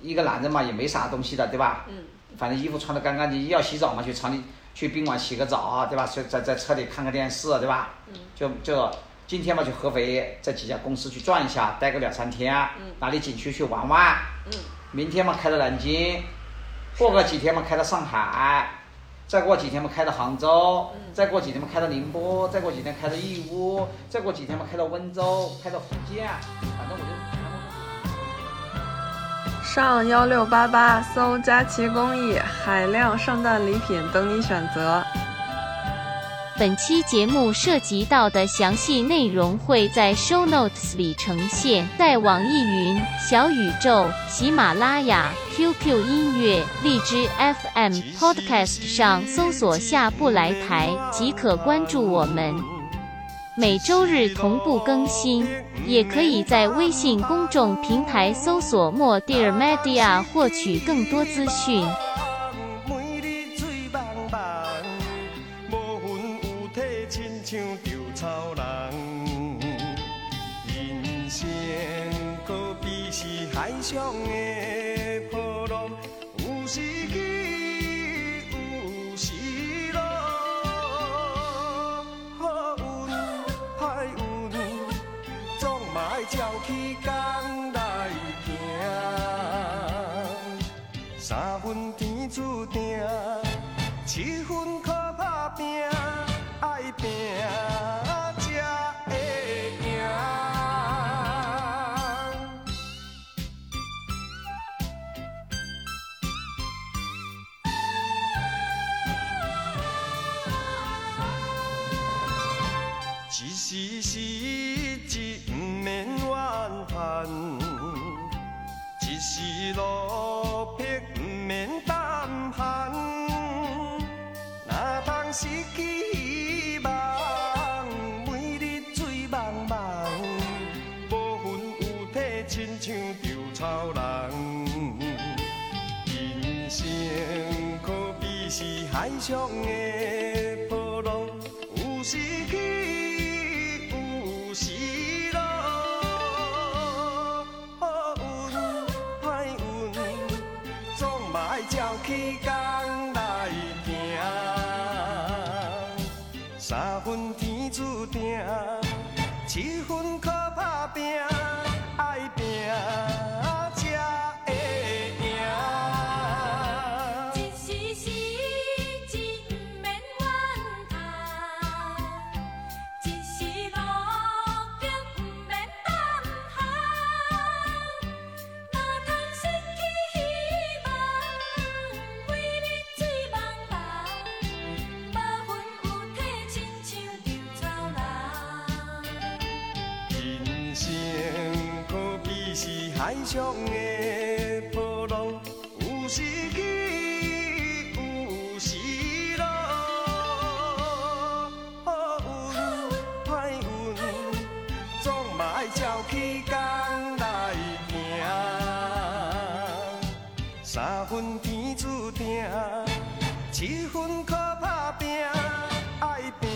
一个男人嘛，也没啥东西的，对吧？嗯反正衣服穿的干干净净，要洗澡嘛，去厂里去宾馆洗个澡啊，对吧？在在在车里看个电视，对吧？嗯就就今天嘛，去合肥这几家公司去转一下，待个两三天，哪里景区去玩玩。嗯明天嘛开到南京，过个几天嘛开到上海，再过几天嘛开到杭州，再过几天嘛开到宁波，再过几天开到义乌，再过几天嘛开到温州，开到福建，反正我就。上幺六八八搜“佳琦工艺”，海量圣诞礼品等你选择。本期节目涉及到的详细内容会在 show notes 里呈现，在网易云、小宇宙、喜马拉雅、QQ 音乐、荔枝 FM Podcast 上搜索“下不来台”即可关注我们。每周日同步更新，也可以在微信公众平台搜索“莫蒂尔 media” 获取更多资讯。每日水茫茫，无魂有体，亲像稻草人。人生可比是海上的波浪，有时起，有时落。好运歹运，总嘛要照起工来行。三分天注定，七分靠打拼，爱拼才会赢。一时失志，不免怨叹；一时落魄，不免胆寒。若通失去希望，每日水茫茫，无魂有体，亲像稻草人。人生可比是海上的波浪，有时起，有时落。好运歹运，总嘛要照起工来行。三分天注定，七分靠打拼，爱拼才会赢。一时失志，不免怨叹；一时落魄，不免胆寒。若通失去希望，每日水茫茫，无魂有体，亲像稻草人。人生可比是海上的波浪，有时起，有时落。好运歹运，总嘛要照起工来行。三分天注定，七分靠打拼，爱拼